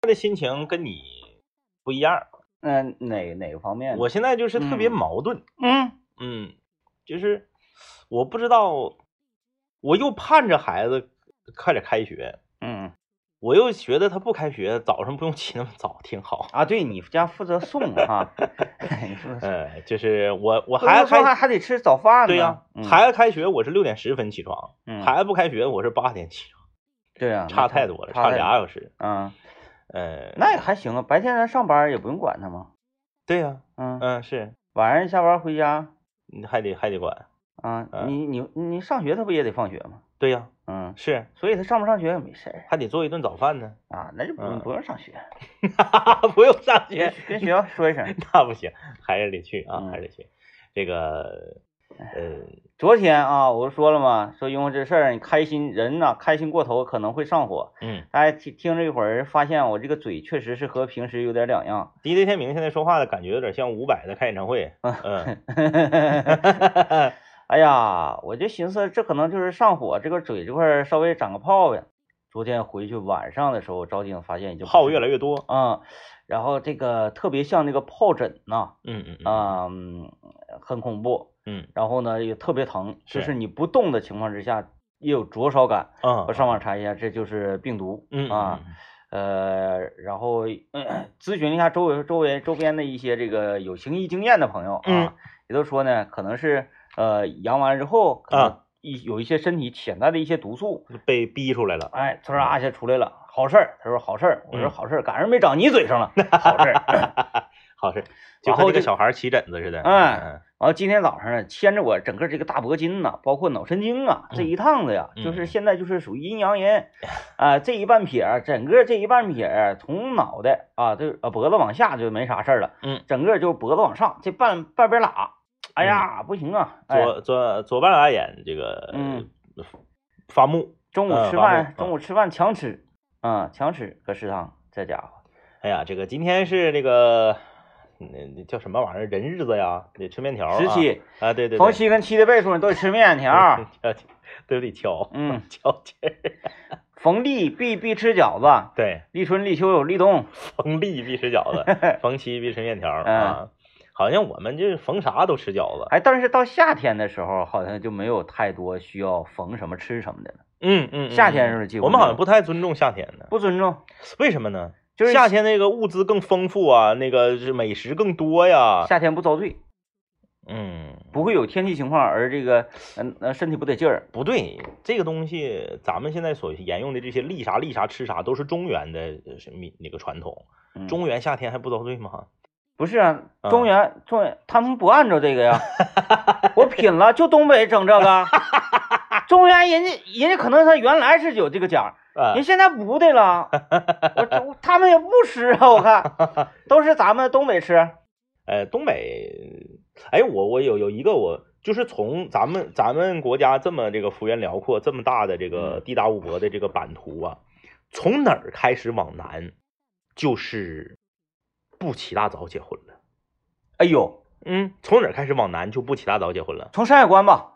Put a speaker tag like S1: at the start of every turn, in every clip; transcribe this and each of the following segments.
S1: 在的心情跟你不一样。
S2: 嗯、哪哪个方面呢？
S1: 我现在就是特别
S2: 嗯
S1: 矛盾，
S2: 嗯
S1: 嗯，就是我不知道，我又盼着孩子快点开学，
S2: 嗯
S1: 我又觉得他不开学，早上不用起那么早挺好。
S2: 啊，对你家负责 送哈，你负责送
S1: 嗯，就是我我
S2: 不
S1: 孩
S2: 是
S1: 子
S2: 说还
S1: 开
S2: 还得吃早饭呢。
S1: 对呀、
S2: 嗯
S1: 孩子开学我是六点十分起床，
S2: 嗯
S1: 孩子不开学我是八点起床，
S2: 对呀，
S1: 差太多了，
S2: 差
S1: 差
S2: 太
S1: 俩小时。
S2: 嗯，
S1: 呃，
S2: 那也还行啊，白天咱上班也不用管他嘛。
S1: 对呀、
S2: 嗯，
S1: 嗯，是，
S2: 晚上下班回家
S1: 你还得还得管，
S2: 啊，
S1: 嗯
S2: 你你你上学他不也得放学吗？
S1: 对呀、
S2: 嗯，
S1: 是，
S2: 所以他上不上学也没事儿
S1: 还得做一顿早饭呢，
S2: 啊，那就不用
S1: 嗯
S2: 不用上学，
S1: 不用上
S2: 跟
S1: 学，
S2: 跟学校说一声。
S1: 那不行，还是得去啊，
S2: 嗯
S1: 还是得去。这个，呃，
S2: 昨天啊，我不说了嘛，说因为这事儿，你开心人呐、开心过头可能会上火。
S1: 嗯，
S2: 大家哎听听这一会儿，发现我这个嘴确实是和平时有点两样。
S1: DJ 天明现在说话的感觉有点像伍佰的开演唱会，嗯，
S2: 哎呀，我就寻思这可能就是上火，这个嘴这块儿稍微长个泡呗。昨天回去晚上的时候照镜子发现已经
S1: 号越来
S2: 越
S1: 越多，
S2: 啊、然后这个特别像那个疱疹呐
S1: 嗯嗯嗯，
S2: 啊、嗯很恐怖。
S1: 嗯
S2: 然后呢也特别疼，就是是你不动的情况之下也有灼烧感。
S1: 啊，
S2: 我上网查一下，这就是病毒。
S1: 嗯
S2: 啊，，呃，然后 呃咨询了一下周围、周围、周边的一些这个有行医经验的朋友啊，
S1: 嗯
S2: 也都说呢，可能是呃阳完之后，可能
S1: 啊
S2: 一有一些身体潜在的一些毒素，
S1: 嗯被逼出来了，
S2: 哎，唰一下出来了，好事儿。他说好事儿，
S1: 嗯
S2: 我说好事儿，赶上没长你嘴上了，好事儿。
S1: 好是，就
S2: 然
S1: 和
S2: 后
S1: 那个
S2: 这
S1: 小孩起疹子似的，
S2: 哎
S1: 嗯，
S2: 然后今天早上呢，牵着我整个这个大脖筋呐，包括脑神经啊，这一趟子呀，
S1: 嗯
S2: 就是现在就是属于阴阳 人，啊、这一半撇儿，整个这一半撇儿从脑袋啊，这啊脖子往下就没啥事儿了，
S1: 嗯，
S2: 整个就脖子往上，这半半边拉，哎呀，不行啊，哎，
S1: 左左左半拉眼这个，
S2: 嗯，
S1: 发木，
S2: 中午
S1: 呃
S2: 吃
S1: 完了
S2: 饭，
S1: 嗯
S2: 中午吃饭强吃，啊、强吃搁食堂，这家伙，
S1: 哎呀，这个今天是那个。嗯那那叫什么玩意儿？人日子呀，得吃面条啊。
S2: 十七
S1: 啊，对对对，
S2: 逢七跟七的倍数，你都得吃 面条，
S1: 都得挑，
S2: 嗯，
S1: 挑劲儿。
S2: 逢立必必吃饺子，
S1: 对，
S2: 立春立秋有立冬，
S1: 逢立必吃饺 子，逢七必吃面条啊。好像我们就是逢啥都吃饺子。
S2: 嗯哎，但是到夏天的时候，好像就没有太多需要逢什么吃什么的了，
S1: 嗯嗯，嗯
S2: 夏天是不是几乎
S1: 我们好像
S2: 没有
S1: 不太尊重夏天呢？
S2: 不尊重。
S1: 为什么呢？
S2: 就是
S1: 夏天那个物资更丰富啊，那个是美食更多呀。
S2: 夏天不遭罪，
S1: 嗯，
S2: 不会有天气情况而这个，嗯、呃，身体不得劲儿。
S1: 不对，这个东西咱们现在所沿用的这些立啥立啥吃啥，都是中原的呃是民那个传统。
S2: 嗯、
S1: 中原夏天还不遭罪 吗？
S2: 不是啊，
S1: 啊
S2: 中原、中原他们不按照这个呀，我品了，就东北整这个。 中原人家人家可能他原来是有这个讲儿，
S1: 啊
S2: 人，现在不的了。我我他们也不吃啊，我看都是咱们东北吃。
S1: 呃，东北，哎，我我有有一个我。就是从咱们咱们国家这么这个幅员辽阔、这么大的这个
S2: 嗯
S1: 地大物博的这个版图啊，从哪儿开始往南，就是不起大早结婚了。
S2: 哎呦，
S1: 嗯，从哪儿开始往南就不起大早结婚了，
S2: 从山海关吧，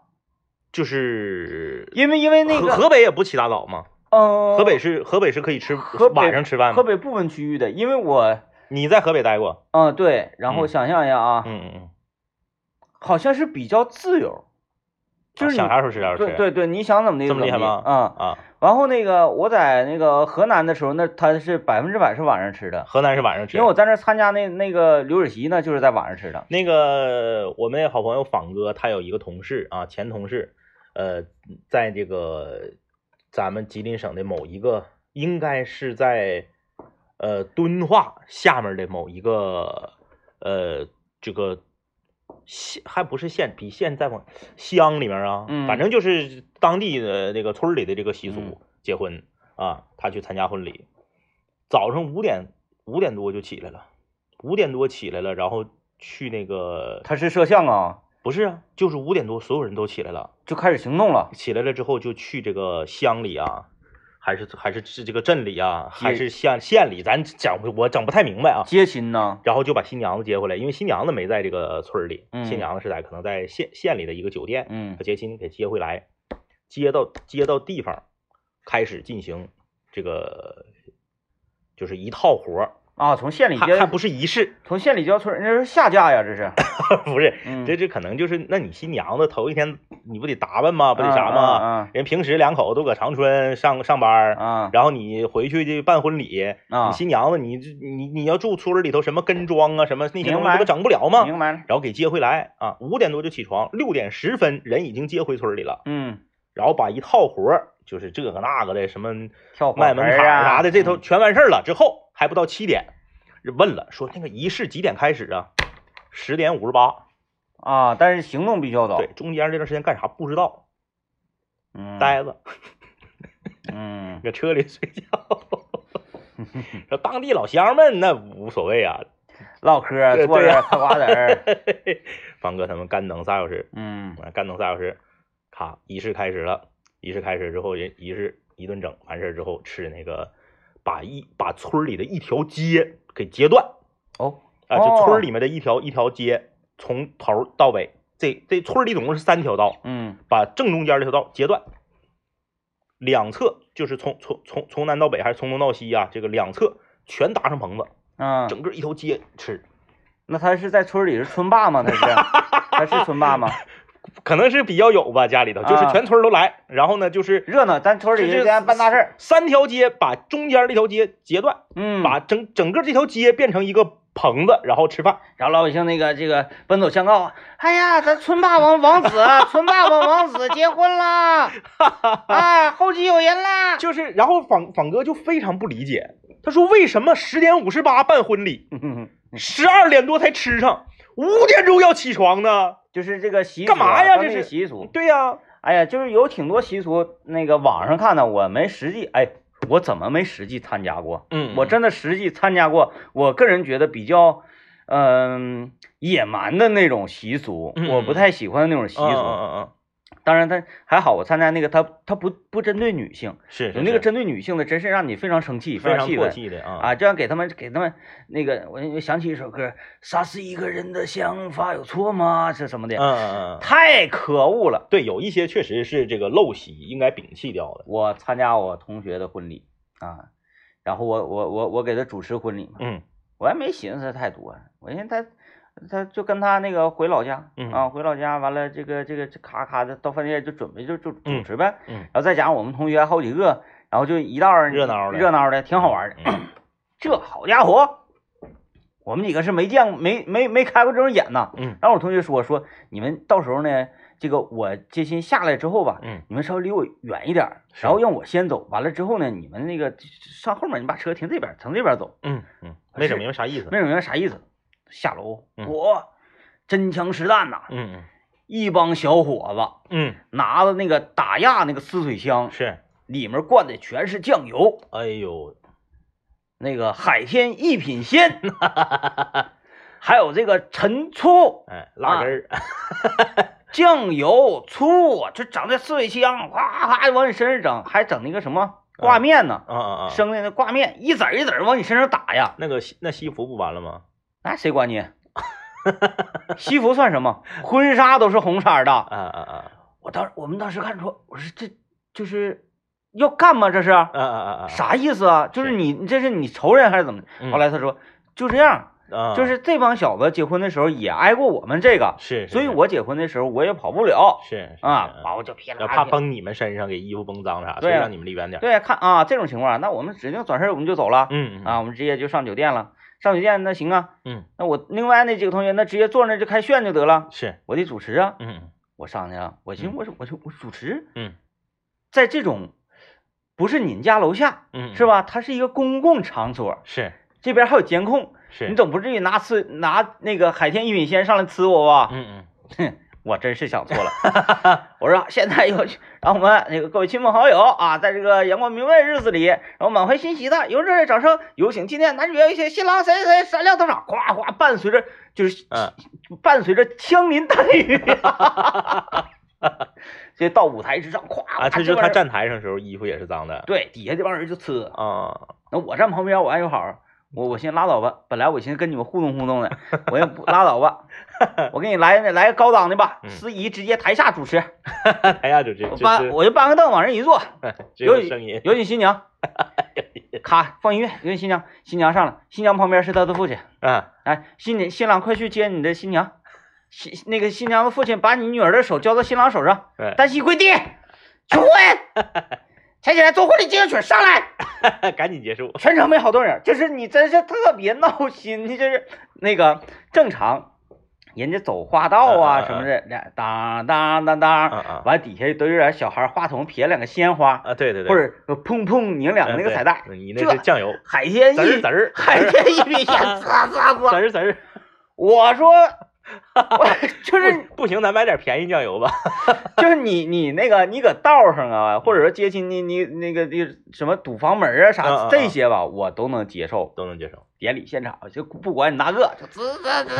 S1: 就是
S2: 因为因为那个
S1: 河河北也不起大早嘛，
S2: 嗯，
S1: 河北是河北是可以吃
S2: 河北
S1: 晚上吃饭
S2: 河
S1: 吗？
S2: 北部分区域的，因为我，
S1: 你在河北待过？
S2: 嗯，对，然后
S1: 嗯
S2: 想象一下啊，
S1: 嗯嗯嗯，
S2: 好像是比较自由，就是
S1: 啊
S2: 你
S1: 想啥时候吃啥时候
S2: 对
S1: 吃。
S2: 对对，你想怎么地
S1: 这
S2: 就
S1: 么
S2: 怎
S1: 厉害
S2: 地
S1: 吗
S2: 啊、
S1: 啊，
S2: 然后那个我在那个河南的时候，那他是百分之百是晚上吃的，
S1: 河南是晚上吃。
S2: 因为我在那儿参加那那个刘主席呢，就是在晚上吃的，
S1: 那个我们好朋友仿哥，他有一个同事啊，前同事，呃，在这个咱们吉林省的某一个，应该是在呃敦化下面的某一个呃这个县，还不是县，比县再往乡里面啊，
S2: 嗯
S1: 反正就是当地的那个村里的这个习俗、
S2: 嗯
S1: 结婚啊，他去参加婚礼，早上五点五点多就起来了。五点多起来了，然后去那个
S2: 他是摄像啊，
S1: 不是啊，就是五点多，所有人都起来了。
S2: 就开始行动了，
S1: 起来了之后就去这个乡里啊，还是还是是这个镇里啊，还
S2: 接
S1: 是县县里，咱讲不我整不太明白啊。
S2: 接亲呢，
S1: 然后就把新娘子接回来，因为新娘子没在这个村儿里，
S2: 嗯
S1: 新娘子是在可能在县县里的一个酒店，
S2: 嗯
S1: 把接亲给接回来，接到接到地方，开始进行这个就是一套活儿，
S2: 啊，从县里
S1: 还
S2: 街
S1: 还，不是一式，
S2: 从县里郊村，人家是下嫁呀，这是。
S1: 不是，
S2: 嗯，
S1: 这这可能就是，那你新娘子头一天你不得打扮吗？不得啥
S2: 啊
S1: 吗？人平时两口都搁长春上上班
S2: 啊
S1: 儿，
S2: 啊
S1: 然后你回去就办婚礼，
S2: 啊
S1: 你！新娘子你你你要住村里头什么跟妆啊什么那些东
S2: 明
S1: 西
S2: 白
S1: 不整不了吗？
S2: 明白了。
S1: 然后给接回来啊，五点多就起床，六点十分人已经接回村里了，
S2: 嗯，
S1: 然后把一套活儿就是这个那个的什么
S2: 跳火
S1: 卖门
S2: 盆
S1: 槛
S2: 儿
S1: 儿
S2: 啊
S1: 啥的，这都
S2: 嗯
S1: 全完事儿了之后，还不到七点，问了说那个仪式几点开始啊？十点五十八。
S2: 啊，但是行动必须要早。
S1: 对，，中间这段时间干啥不知道，
S2: 嗯，
S1: 呆着
S2: 嗯，
S1: 搁车里 睡 觉。这当地老乡们那无所谓啊，
S2: 唠嗑
S1: 对
S2: 儿，坐
S1: 对
S2: 着
S1: 呀
S2: 嗑瓜子 儿。
S1: 方哥他们干等仨小时，
S2: 嗯
S1: 啊干等仨小时，咔，仪式开始了。仪式开始之后，人仪式一顿整，完事儿之后吃那个，把一把村里的一条街给截断
S2: 哦
S1: 啊，就
S2: 哦
S1: 村里面的一条一条街，从头到尾，这这村里总共是三条道，
S2: 嗯
S1: 把正中间这条道截断，两侧就是从从从从南到北还是从东到西啊，这个两侧全搭上棚子，
S2: 啊，
S1: 整个一条街吃，
S2: 那他是在村里是村霸吗？他 是他是村霸吗？
S1: 可能是比较有吧，家里头就是
S2: 啊
S1: 全村儿都来，然后呢就是
S2: 热闹，咱村里
S1: 这
S2: 之间办大事儿。
S1: 三条街把中间这条街截断，
S2: 嗯，
S1: 把整整个这条街变成一个棚子，然后吃饭，
S2: 然后老百姓那个这个奔走相告啊，哎呀，咱村霸王王子，啊村霸王王子结婚 啦，啊，后继有人啦。
S1: 就是然后仿仿哥就非常不理解，他说为什么十点五十八办婚礼，十二点多才吃上，五点钟要起床呢？
S2: 就是这个习俗啊
S1: 干嘛呀
S2: 当地
S1: 这是
S2: 习俗。
S1: 对呀、
S2: 哎呀，就是有挺多习俗，那个网上看的，我没实际，哎，我怎么没实际参加过？
S1: 嗯
S2: 我真的实际参加过，我个人觉得比较，嗯、野蛮的那种习俗，
S1: 嗯
S2: 我不太喜欢那种习俗。
S1: 嗯嗯嗯嗯。
S2: 当然他，还好，我参加那个，他他不不针对女性，
S1: 是
S2: 有那个针对女性的，真是让你非常生气，
S1: 非常
S2: 常气
S1: 唾
S2: 愤。
S1: 弃的啊
S2: 啊，这样给他们给他们那个，我我想起一首歌，《杀死一个人的想法有错吗》是什么的，
S1: 嗯嗯嗯嗯，
S2: 太可恶了！
S1: 对，有一些确实是这个陋习，应该摒弃掉的。
S2: 我参加我同学的婚礼啊，然后我我我我给他主持婚礼嘛，
S1: 嗯
S2: 我也没寻思太多，我寻思他他就跟他那个回老家
S1: 嗯
S2: 啊，回老家完了这个这个这咔咔的到饭店就准备就就主
S1: 嗯
S2: 持呗，
S1: 嗯，
S2: 然后再加上我们同学好几个，然后就一道儿
S1: 热闹的
S2: 热闹的，挺好玩的。
S1: 嗯
S2: 这好家伙，我们几个是没见过没没没开过这种眼呐。
S1: 嗯
S2: 然后我同学说说你们到时候呢，这个我接亲下来之后吧，
S1: 嗯
S2: 你们稍微离我远一点儿，
S1: 是
S2: 然后让我先走。完了之后呢，你们那个上后面，你把车停这边儿，从这边儿走。
S1: 嗯嗯，没整明白啥意思。
S2: 没整明白啥意思，下楼，
S1: 嗯
S2: 我真枪实弹呐，
S1: 嗯
S2: 一帮小伙
S1: 嗯嗯
S2: 子，拿着那个打压那个撕水枪，
S1: 是，
S2: 里面灌的全是酱油，
S1: 哎呦，
S2: 那个海天一品鲜，还有这个陈醋、
S1: 哎，辣根儿，
S2: 酱油、醋，就整这四味香，哗哗往你身上整，还整那个什么挂面呢，
S1: 啊啊啊，
S2: 生的那挂面，一籽儿一籽儿往你身上打呀，
S1: 那个西那西服不完了吗？
S2: 那谁管你？西服算什么？婚纱都是红色儿的。
S1: 啊啊啊
S2: 我当时我们当时看说，我说这就是要干吗？这是
S1: 啊啊啊！
S2: 啥意思啊？就是
S1: 是
S2: 你你这是你仇人还是怎么？
S1: 嗯
S2: 后来他说就这样，
S1: 啊，
S2: 就是这帮小子结婚的时候也挨过我们这个，
S1: 是，是
S2: 所以我结婚的时候我也跑不了
S1: 是是
S2: 啊，
S1: 是嗯
S2: 把我就撇啦
S1: 要
S2: 啦
S1: 怕
S2: 撇
S1: 崩你们身上，给衣服崩脏啥，所
S2: 对
S1: 以
S2: 啊
S1: 让你们离远点儿。
S2: 对，看啊，这种情况，那我们指定转身我们就走了
S1: 嗯嗯
S2: 啊，我们直接就上酒店了。上酒店那行啊，
S1: 嗯
S2: 那我另外那几个同学那直接坐那就开炫就得了，
S1: 是，
S2: 我得主持啊，
S1: 嗯
S2: 我上去啊，我寻
S1: 嗯
S2: 我是我就我主持，
S1: 嗯
S2: 在这种不是你们家楼下
S1: 嗯，
S2: 是？吧？它是一个公共场所，
S1: 是
S2: 这边还有监控，
S1: 是，
S2: 你总不至于拿刺拿那个海天一品鲜上来呲我吧？
S1: 嗯嗯
S2: 我真是想错了。我说现在有，让我们那个各位亲朋好友啊，在这个阳光明媚的日子里，然后满怀欣喜的由热烈掌声，有请今天男主角一些新郎谁谁谁闪亮登场，哗哗，伴随着就是、
S1: 嗯
S2: 伴随着枪林弹雨， 这到舞台之上，哗
S1: 啊，
S2: 这
S1: 这就是他
S2: 帮人
S1: 站台上的时候衣服也是脏的
S2: 对底下这帮人就呲，
S1: 啊，
S2: 那我站旁边我还有好，我我寻思拉倒吧，本来我寻思跟你们互动互动的，我也不拉 倒吧，我给你来来个高档的吧，
S1: 嗯
S2: 司仪直接台下主持。
S1: 台下就这
S2: 我
S1: 这
S2: 搬
S1: 这
S2: 我就搬个凳往这一坐，
S1: 这个声音，
S2: 有请新娘。咔放音乐跟新娘，新娘上了，新娘旁边是她的父亲，
S1: 啊，
S2: 哎，新娘新郎快去接你的新娘，新那个新娘的父亲把你女儿的手交到新郎手上，
S1: 对，
S2: 单膝跪地求婚，抬起来做婚礼进行曲上来。
S1: 赶紧结束。
S2: 全程没好多人，就是你真是特别闹心，你就是那个正常，人家走花道
S1: 嗯嗯
S2: 啊
S1: 嗯
S2: 什么的，俩当当当 当，
S1: 啊
S2: 完底下都有点小孩儿话筒撇两个鲜花，
S1: 啊，对对对，
S2: 或者砰砰拧两个那个彩哎带
S1: 嗯，对你那是酱油，
S2: 海天
S1: 滋儿
S2: 一
S1: 滋儿，
S2: 海
S1: 滋
S2: 天一笔钱，呲呲呲，
S1: 儿滋儿，
S2: 我 说，我就是
S1: 不不行，咱买点便宜酱油吧。
S2: 就是你你那个你搁道上啊，或者说接亲你你那个那什么堵房门
S1: 嗯
S2: 啊
S1: 嗯
S2: 啥
S1: 嗯
S2: 这些吧，我都能接受。
S1: 都能接受，
S2: 典礼现场就不管你大个，就滋滋滋。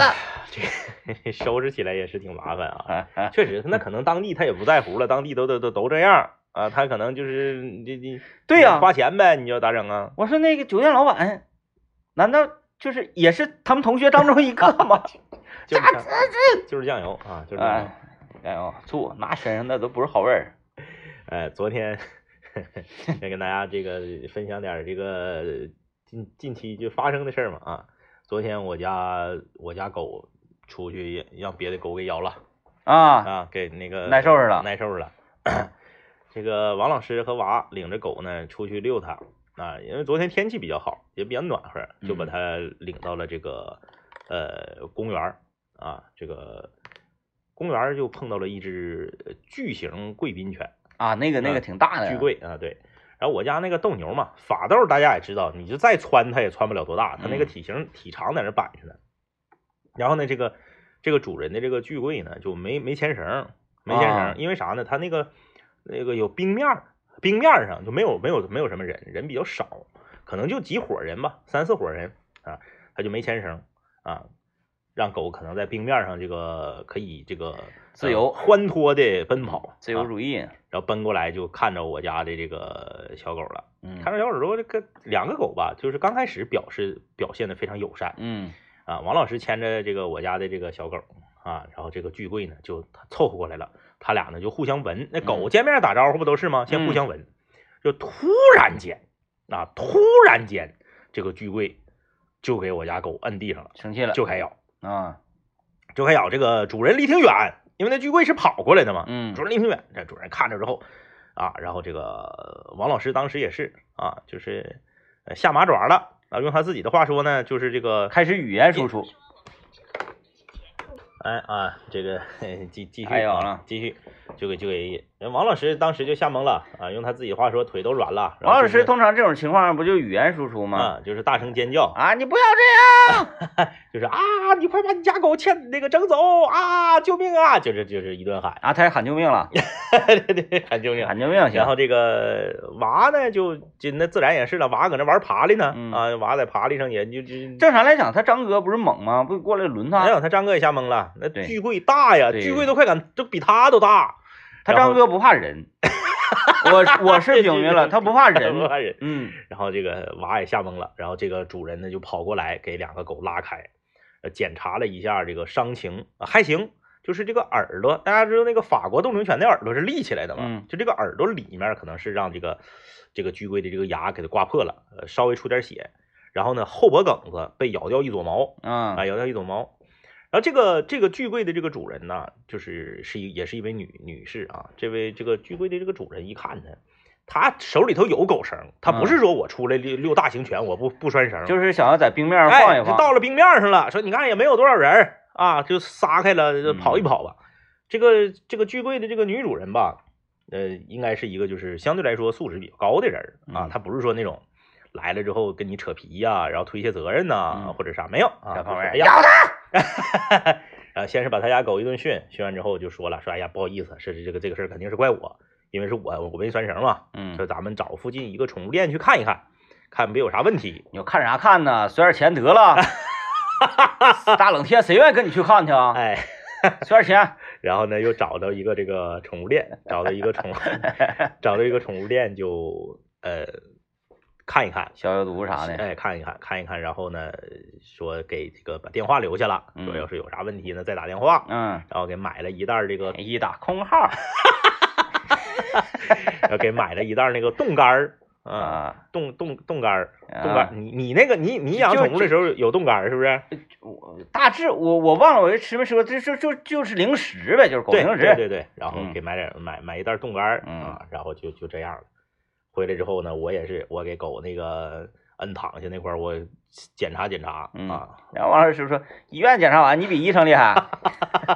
S1: 这收拾起来也是挺麻烦啊。
S2: 哎哎，
S1: 确实，那可能当地他也不在乎了，当地都都都都这样啊，他可能就是你这你
S2: 对呀、
S1: 花钱呗，你要咋整啊？
S2: 我说那个酒店老板，难道就是也是他们同学当中一个吗？
S1: 就是
S2: 咋这
S1: 酱就是酱油啊，就是酱油。
S2: 哎，哎呦，醋拿身上那都不是好味儿。
S1: 哎，昨天先跟大家这个分享点儿这个近近期就发生的事儿嘛啊。昨天我家我家狗出去让别的狗给咬了
S2: 啊，
S1: 啊，给那个
S2: 耐受着了
S1: 耐受着了。这个王老师和娃领着狗呢出去遛它啊，因为昨天天气比较好，也比较暖和，就把
S2: 嗯
S1: 它领到了这个呃公园儿啊，这个公园儿就碰到了一只呃巨型贵宾犬。
S2: 啊，那个那个
S1: 嗯
S2: 挺大的，
S1: 巨贵啊，对。然后我家那个斗牛嘛，法斗大家也知道，你就再穿它也穿不了多大，它那个
S2: 嗯
S1: 体型体长在那摆着呢。然后呢，这个这个主人的这个巨贵呢就没没牵绳，没牵绳，
S2: 啊
S1: 因为啥呢？它那个那个有冰面儿，冰面儿上就没有没有没有什么人，人比较少，可能就几伙人吧，三四伙人啊，它就没牵绳啊。让狗可能在冰面上这个可以这个
S2: 自由
S1: 呃欢脱的奔跑，
S2: 自由
S1: 啊
S2: 主义。
S1: 然后奔过来就看着我家的这个小狗了。
S2: 嗯
S1: 看着小狗之后，这个两个狗吧，就是刚开始表示表现的非常友善
S2: 嗯
S1: 啊。王老师牵着这个我家的这个小狗啊，然后这个巨贵呢就凑合过来了，他俩呢就互相闻。那狗见面打招呼不都是吗？先互相闻，就突然间啊，突然间这个巨贵就给我家狗摁地上了，
S2: 生气了
S1: 就开咬，
S2: 啊，
S1: 就开咬。这个主人离挺远，因为那巨贵是跑过来的嘛，
S2: 嗯
S1: 主任离挺远，这主任看着之后啊，然后这个王老师当时也是啊，就是呃下马爪了啊，用他自己的话说呢，就是这个
S2: 开始语言输出，
S1: 哎啊，这个嘿继继续
S2: 哎呦
S1: 啊，继续就给就给人王老师当时就吓懵了啊，用他自己的话说腿都软了，然
S2: 王
S1: 后
S2: 老
S1: 就
S2: 师
S1: 是
S2: 通常这种情况不就语言输出吗？
S1: 啊就是大声尖叫，
S2: 啊，你不要这样，
S1: 就是啊你快把你家狗牵那个整走啊救命啊，就是就是一顿喊，
S2: 啊，他还喊救命了，
S1: 对对对喊救命。
S2: 喊救命行
S1: 然。后这个娃呢，就就那自然也是了，娃搁那玩爬犁呢，
S2: 嗯
S1: 啊，娃在爬犁上也就就
S2: 正常来讲，他张哥不是猛吗？不过来轮
S1: 没
S2: 他，
S1: 有他张哥也吓懵了，那
S2: 对
S1: 巨贵大呀，
S2: 对
S1: 巨贵都快敢都比他都大，
S2: 他
S1: 然
S2: 张
S1: 后
S2: 哥不 怕人。我我是领略了，他不怕人。
S1: 不怕人。
S2: 嗯
S1: 然后这个娃也吓懵了，然后这个主人呢就跑过来给两个狗拉开，呃，检查了一下这个伤情，啊还行，就是这个耳朵，大家知道那个法国斗牛犬的耳朵是立起来的嘛，
S2: 嗯
S1: 就这个耳朵里面可能是让这个这个巨龟的这个牙给它刮破了，呃，稍微出点血，然后呢后脖梗子被咬掉一撮毛，
S2: 啊
S1: 啊，咬掉一撮毛。然后这个这个巨贵的这个主人呢，就是是一也是一位女女士啊，这位这个巨贵的这个主人一看呢，他手里头有狗绳，他不是说我出来遛遛大型犬，我不不拴绳，
S2: 就是想要在冰面上
S1: 哎
S2: 放一
S1: 就
S2: 放。
S1: 到了冰面上了，说你看也没有多少人儿啊，就撒开了就跑一跑
S2: 嗯
S1: 吧。这个这个巨贵的这个女主人吧，呃，应该是一个就是相对来说素质比较高的人儿啊
S2: 嗯，
S1: 她不是说那种来了之后跟你扯皮呀、然后推卸责任呐、
S2: 嗯
S1: 或者啥没有啊，
S2: 小
S1: 就
S2: 胖
S1: 是
S2: 妹儿
S1: 哎呀， 他！啊，先是把他家狗一顿训，训完之后就说了，说哎呀不好意思，是这个这个事儿肯定是怪我，因为是我我没拴绳嘛，说
S2: 嗯，
S1: 咱们找附近一个宠物店去看一看，看别有啥问题。
S2: 你看啥看呢？随点钱得 了。大冷天谁愿意跟你去看去啊？
S1: 哎，
S2: 随点钱。
S1: 然后呢，又找到一个这个宠物店，找到一个 宠，找到一个宠物店就呃看一看，
S2: 消消毒啥的。
S1: 哎，看一看，看一看，然后呢，说给这个把电话留下了，说
S2: 嗯
S1: 要是有啥问题呢再打电话，
S2: 嗯，
S1: 然后给买了一袋儿这
S2: 哎
S1: 个，
S2: 一打空号。
S1: 给买了一袋儿那个冻干儿啊，
S2: 啊，
S1: 冻冻冻干儿，冻干
S2: 啊
S1: 儿，你你那个你你
S2: 就
S1: 养宠物
S2: 就
S1: 的时候有冻干儿是不是？
S2: 我大致我我忘了我是吃没吃过，就就就就是零食呗，就是狗
S1: 对
S2: 零
S1: 对
S2: 食。
S1: 对对，然后
S2: 嗯
S1: 给买点买买一袋冻干儿
S2: 嗯
S1: 啊，然后就就这样了。回来之后呢，我也是我给狗那个摁躺下那块儿，我检查检查
S2: 嗯
S1: 啊，
S2: 然后王老师说，医院检查完，你比医生厉害。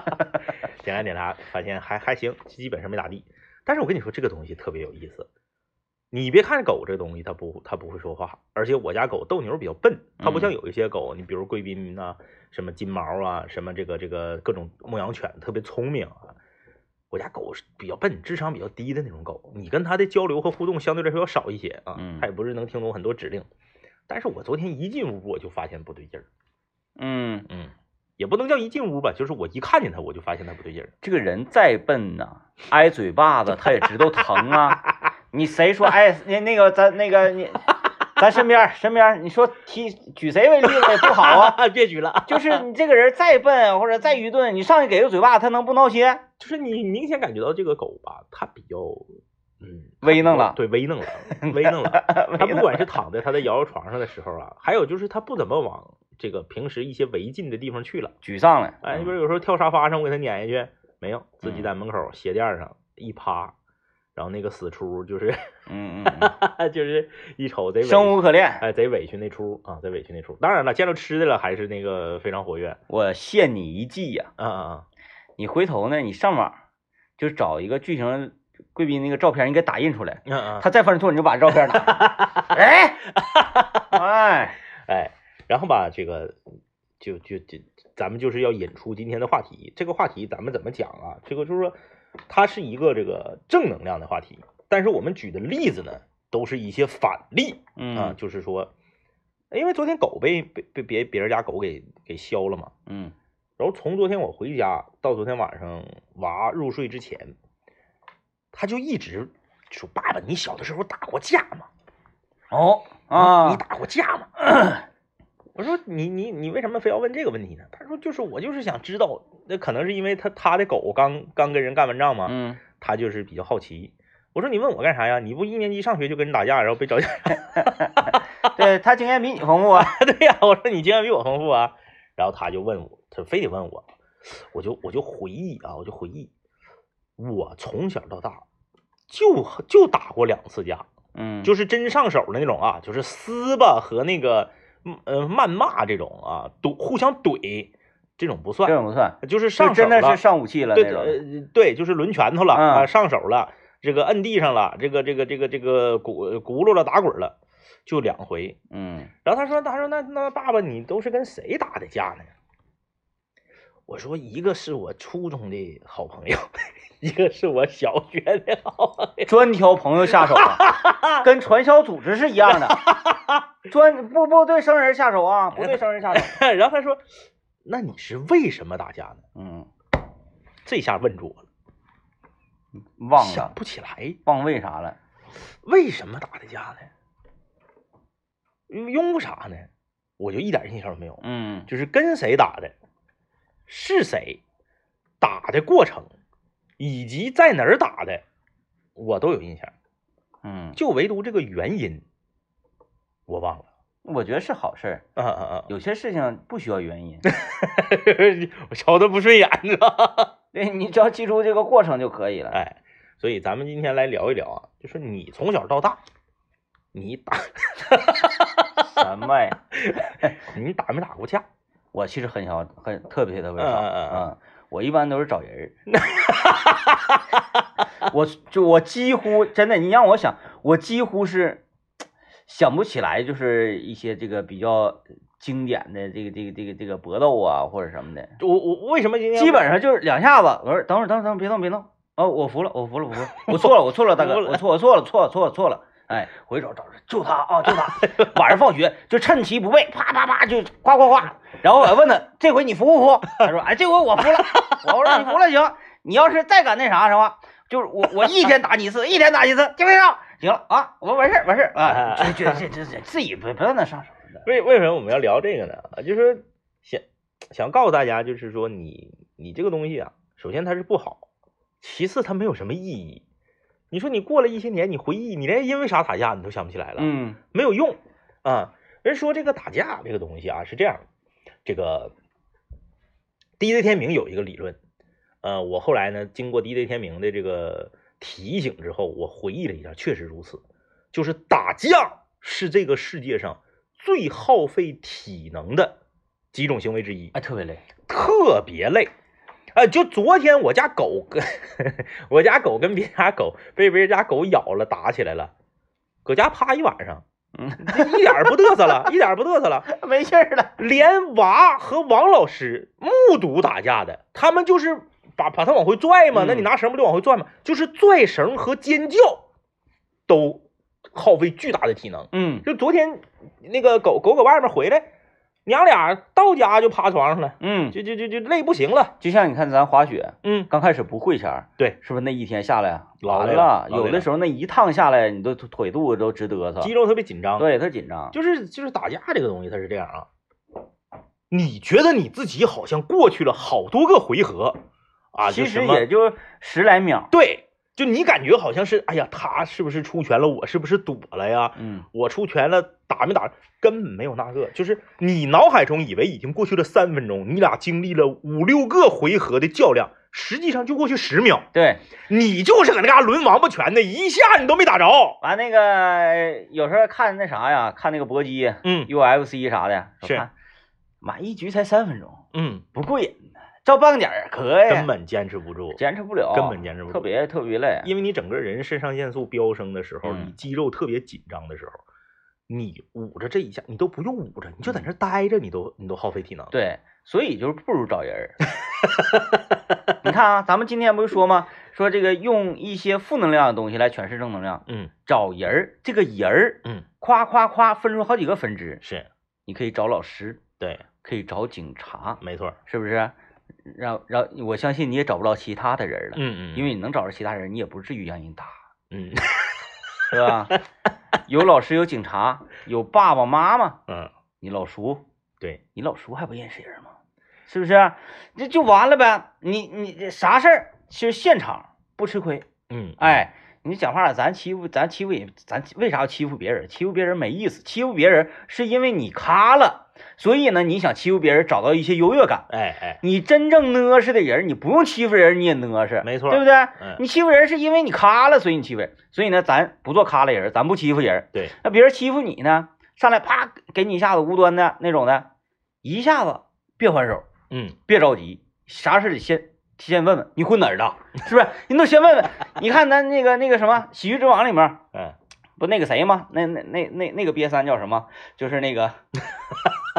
S1: 检查检查，发现还还行，基本上没咋地。但是我跟你说，这个东西特别有意思。你别看狗这东西，它不它不会说话，而且我家狗斗牛比较笨，它不像有一些狗，你比如贵宾呐、什么金毛啊，什么这个这个各种牧羊犬特别聪明啊。我家狗是比较笨，智商比较低的那种狗，你跟它的交流和互动相对来说要少一些啊
S2: 嗯，
S1: 它也不是能听懂很多指令。但是我昨天一进屋我就发现不对劲儿，
S2: 嗯，
S1: 嗯，也不能叫一进屋吧，就是我一看见它我就发现它不对劲儿。
S2: 这个人再笨呐，挨嘴巴子他也知道疼啊。你谁说挨那那个咱那个你，咱身边身边，你说提举谁为例子也不好啊。
S1: 啊，别举了，
S2: 就是你这个人再笨或者再愚钝，你上去给个嘴巴，他能不闹 心？
S1: 就是你明显感觉到这个狗吧，它比较，嗯，
S2: 微弄了，
S1: 对，微弄 了，微弄了。它不管是躺在它的摇摇床上的时候啊，还有就是它不怎么往这个平时一些违禁的地方去了。
S2: 沮丧了。
S1: 哎，你比如有时候跳沙发上，我给它撵下去，没有，自
S2: 嗯
S1: 己在门口鞋垫上一趴，然后那个死出就是
S2: 嗯嗯嗯，
S1: 就是一瞅贼委屈
S2: 生无可恋。
S1: 哎，贼委屈那出啊，贼委屈那出。当然了，见着吃的了，还是那个非常活跃。
S2: 我献你一计呀、
S1: 啊啊啊！
S2: 你回头呢，你上网就找一个巨型贵宾那个照片，你给打印出来。
S1: 嗯嗯。
S2: 他再犯错，你就把照片打。 哎，哎，
S1: 哎，然后吧，这个就就就咱们就是要引出今天的话题。这个话题咱们怎么讲啊？这个就是说，它是一个这个正能量的话题，但是我们举的例子呢，都是一些反例啊，
S2: 嗯
S1: 就是说，因为昨天狗被被被别别人家狗给给削了嘛，
S2: 嗯
S1: 然后从昨天我回家到昨天晚上娃入睡之前，他就一直说：“爸爸，你小的时候打过架吗？”
S2: 哦
S1: 你
S2: 啊，
S1: 打过架吗？ 我说你你你为什么非要问这个问题呢？他说就是我就是想知道，那可能是因为他他的狗刚刚跟人干完仗嘛，
S2: 嗯，
S1: 他就是比较好奇。我说你问我干啥呀？你不一年级上学就跟人打架， 然后被找家？
S2: 对他经验比你丰 富啊。
S1: 对呀、我说你经验比我丰富啊。然后他就问我，他非得问我，我就我就回忆啊，我就回忆，我从小到大就就打过两次架，
S2: 嗯，
S1: 就是真上手的那种啊，就是撕吧和那个嗯呃谩骂这种啊，怼互相怼这种不
S2: 这
S1: 算，
S2: 种不算，
S1: 就是
S2: 这
S1: 上手
S2: 真
S1: 了，
S2: 的是上武器了
S1: 对
S2: 那种。
S1: 呃对，就是抡拳头了
S2: 嗯
S1: 啊，上手了，这个摁地上了，这个这个这个这个鼓轱辘了打滚了，就两回。
S2: 嗯
S1: 然后他说他说那那爸爸你都是跟谁打的架呢？我说一个是我初中的好朋友， 一个是我小学的好朋友。
S2: 专挑朋友下手 啊，跟传销组织是一样的，专不不对生人下手啊，不对生 人下手。
S1: 然后他说：“那你是为什么打架呢
S2: 嗯，？”
S1: 这下问住我了，
S2: 忘
S1: 想
S2: 了
S1: 不起来
S2: 忘为啥了？
S1: 为什么打的架呢？嗯用啥呢？我就一点印象都没有，
S2: 嗯
S1: 就是跟谁打的，是谁，打的过程，以及在哪儿打的，我都有印象，
S2: 嗯，
S1: 就唯独这个原因，我忘了。
S2: 我觉得是好事儿。
S1: 啊啊啊！
S2: 有些事情不需要原因，
S1: 我瞧他不顺眼，你知道吗？
S2: 对你只要记住这个过程就可以了。
S1: 哎，所以咱们今天来聊一聊啊，就是你从小到大，你打
S2: 什么呀？
S1: 你打没打过架？
S2: 我其实很少，很特别特别
S1: 嗯
S2: 少。
S1: 嗯嗯
S2: 嗯，我一般都是找人儿。 我就我几乎真的，你让我想，我几乎是想不起来，就是一些这个比较经典的这个这个这个这个搏斗啊或者什么的，
S1: 我我为什么今天
S2: 基本上就是两下子。我说等会儿等会儿等会儿别动别动。哦，我服了，我服了，我服了，我错了，我错了，大哥，我错，我错了，错了，错了，错了。哎，回手找人救他啊，救他！晚上放学就趁其不备，啪啪啪就夸夸夸。然后我问他，这回你服不服？他说，哎，这回我服了。我说你服了行，你要是再敢那啥的话，就是我我一天打你一次，一天打你一次，听没听着？行了啊，我完事儿完事儿 啊，这这这这这自己不不要那上手的。
S1: 为为什么我们要聊这个呢？啊，就是说想想告诉大家，就是说你你这个东西啊，首先它是不好，其次它没有什么意义。你说你过了一些年，你回忆，你连因为啥打架你都想不起来了，
S2: 嗯
S1: 没有用啊。人说这个打架这个东西啊是这样，这个 DJ 天明有一个理论，呃，我后来呢经过 DJ 天明的这个提醒之后，我回忆了一下，确实如此，就是打架是这个世界上最耗费体能的几种行为之一。
S2: 哎，特别累，
S1: 特别累。哎，就昨天我家狗跟 我家狗跟别家狗被别人家狗咬了，打起来了，搁家趴一晚上，
S2: 嗯
S1: 一点儿不嘚瑟了，一 点儿不嘚瑟了。
S2: 没气儿了。
S1: 连娃和王老师目睹打架的，他们就是把把他往回拽嘛，
S2: 嗯
S1: 那你拿绳不就往回拽嘛？就是拽绳和尖叫都耗费巨大的体能。
S2: 嗯
S1: 就昨天那个狗狗搁外面回来，娘俩到家就趴床上了，
S2: 嗯，
S1: 就就就就累不行了。
S2: 就像你看咱滑雪，
S1: 嗯，
S2: 刚开始不会前儿，
S1: 对，
S2: 是不是那一天下来啊
S1: 老
S2: 完
S1: 累了老
S2: 有
S1: 累
S2: 的
S1: 了
S2: 时候那一趟下来，你都腿肚子都直嘚瑟。
S1: 肌肉特别紧张。，
S2: 对他紧张，
S1: 就是就是打架这个东西，它是这样啊。你觉得你自己好像过去了好多个回合啊，
S2: 其
S1: 就什
S2: 实
S1: 么
S2: 也就十来秒。
S1: 对，就你感觉好像是，哎呀，他是不是出拳了？我是不是躲了呀？
S2: 嗯
S1: 我出拳了，打没打？根本没有那个，就是你脑海中以为已经过去了三分钟，你俩经历了五六个回合的较量，实际上就过去十秒，，
S2: 对，
S1: 你就是搁那嘎抡王八拳的，一下你都没打着。
S2: 完那个有时候看那啥呀，看那个搏击
S1: 嗯
S2: UFC 啥的，
S1: 是
S2: 看，妈一局才三分钟，
S1: 嗯，
S2: 不过瘾呢，照半个点儿可以，
S1: 根本坚持不住。
S2: 坚持不了，
S1: 根本坚持不住
S2: 特别特别累。
S1: 因为你整个人肾上腺素飙升的时候，
S2: 嗯
S1: 你肌肉特别紧张的时候，你捂着这一下，你都不用捂着，你就在那儿待着，你都你都耗费体能。
S2: 嗯对，所以就是不如找人儿。你看啊，咱们今天不是说吗？说这个用一些负能量的东西来诠释正能量，
S1: 嗯，
S2: 找人儿，这个人儿，
S1: 嗯，
S2: 夸夸夸分出好几个分支，
S1: 是
S2: 你可以找老师，
S1: 对，
S2: 可以找警察，
S1: 没错儿。
S2: 是不是？然然，我相信你也找不着其他的人了，
S1: 嗯
S2: 因
S1: 为
S2: 为你能找着其他人，你也不至于让人打，
S1: 嗯
S2: 是吧？ 有老师，有警察，有爸爸妈妈，
S1: 嗯，
S2: 你老叔，
S1: 对，
S2: 你老叔还不认识人吗？是不是？这就完了呗。你你这啥事儿，其实现场不吃亏。
S1: 嗯，
S2: 哎，你讲话了，咱欺负咱欺负也，咱为啥要欺负别人？欺负别人没意思，欺负别人是因为你咖了，所以呢，你想欺负别人，找到一些优越感。
S1: 哎哎，
S2: 你真正讷实的人，你不用欺负人，你也讷实，
S1: 没错
S2: 对不对？
S1: 嗯
S2: 你欺负人是因为你咖了，所以你欺负人。所以呢，咱不做咖了人，咱不欺负人。
S1: 对，
S2: 那别人欺负你呢，上来啪给你一下子无端的那种的，一下子别还手，
S1: 嗯
S2: 别着急，啥事得先先问问你混哪儿的，是不是？你都先问问。你看咱那个那个什么《喜剧之王》里面
S1: 嗯
S2: 不那个谁吗？那那那那那个瘪三叫什么？就是那个，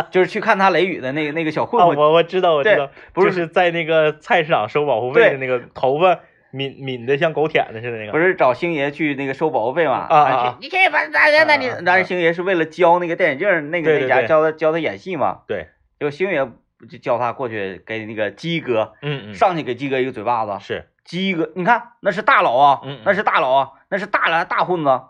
S2: 就是去看他雷雨的那个那个小混
S1: 啊，
S2: 混，
S1: 我我知道我知
S2: 对
S1: 道，
S2: 不
S1: 就是是在那个菜市场收保护费的
S2: 对
S1: 那个头发抿抿的像狗舔子似的那个，
S2: 不
S1: 是
S2: 是找星爷去那个收保护费嘛？
S1: 啊啊啊
S2: 你去你去把大家那你
S1: 啊啊啊，
S2: 但是星爷是为了教那个电影镜儿那个
S1: 对
S2: 那
S1: 对
S2: 家
S1: 对
S2: 教他教他演戏嘛？
S1: 对，
S2: 就星爷就教他过去给那个鸡哥
S1: 嗯嗯，
S2: 上去给鸡哥一个嘴巴子，
S1: 是
S2: 鸡哥你看那是大佬啊
S1: 嗯嗯，
S2: 那是大佬啊，那是大了大混子。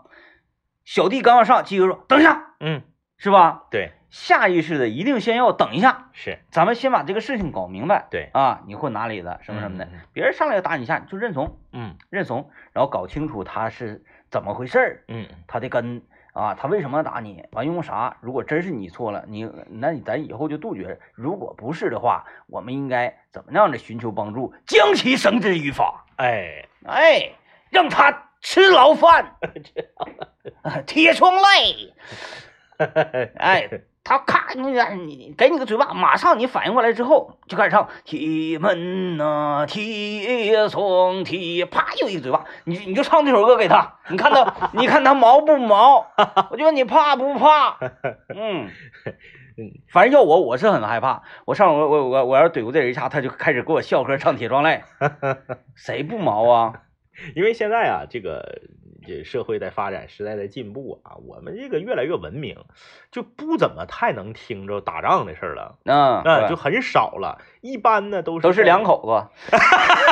S2: 小弟刚要上，鸡哥说等一下，
S1: 嗯
S2: 是吧？
S1: 对
S2: 下意识的一定先要等一下，
S1: 是
S2: 咱们先把这个事情搞明白
S1: 对，
S2: 啊，你混哪里的什么什么的
S1: 嗯嗯嗯，
S2: 别人上来就打你一下，你就认怂
S1: 嗯
S2: 认怂，然后搞清楚他是怎么回事儿，
S1: 嗯嗯
S2: 他的根啊，他为什么要打你？完用啥？如果真是你错了，你那你咱以后就杜绝；如果不是的话，我们应该怎么样的寻求帮助，将其绳之于法，
S1: 哎，
S2: 哎，让他吃牢饭，啊 铁窗泪， 哎，他咔，你你给你个嘴巴，马上你反应过来之后就开始唱铁门呐、铁窗铁，啪又一个嘴巴，你你就唱这首歌给他，你 看他你看他毛不毛？我就问你怕不怕？ 嗯，反正要我我是很害怕，我上我我我我要是怼过这人一下，他就开始给我笑歌唱铁窗泪， 谁不毛啊？
S1: 因为现在啊，这个这社会在发展，时代在进步啊，我们这个越来越文明，就不怎么太能听着打仗的事儿了，
S2: 嗯，
S1: 那
S2: 对
S1: 就很少了。一般呢都是
S2: 都是两，口子。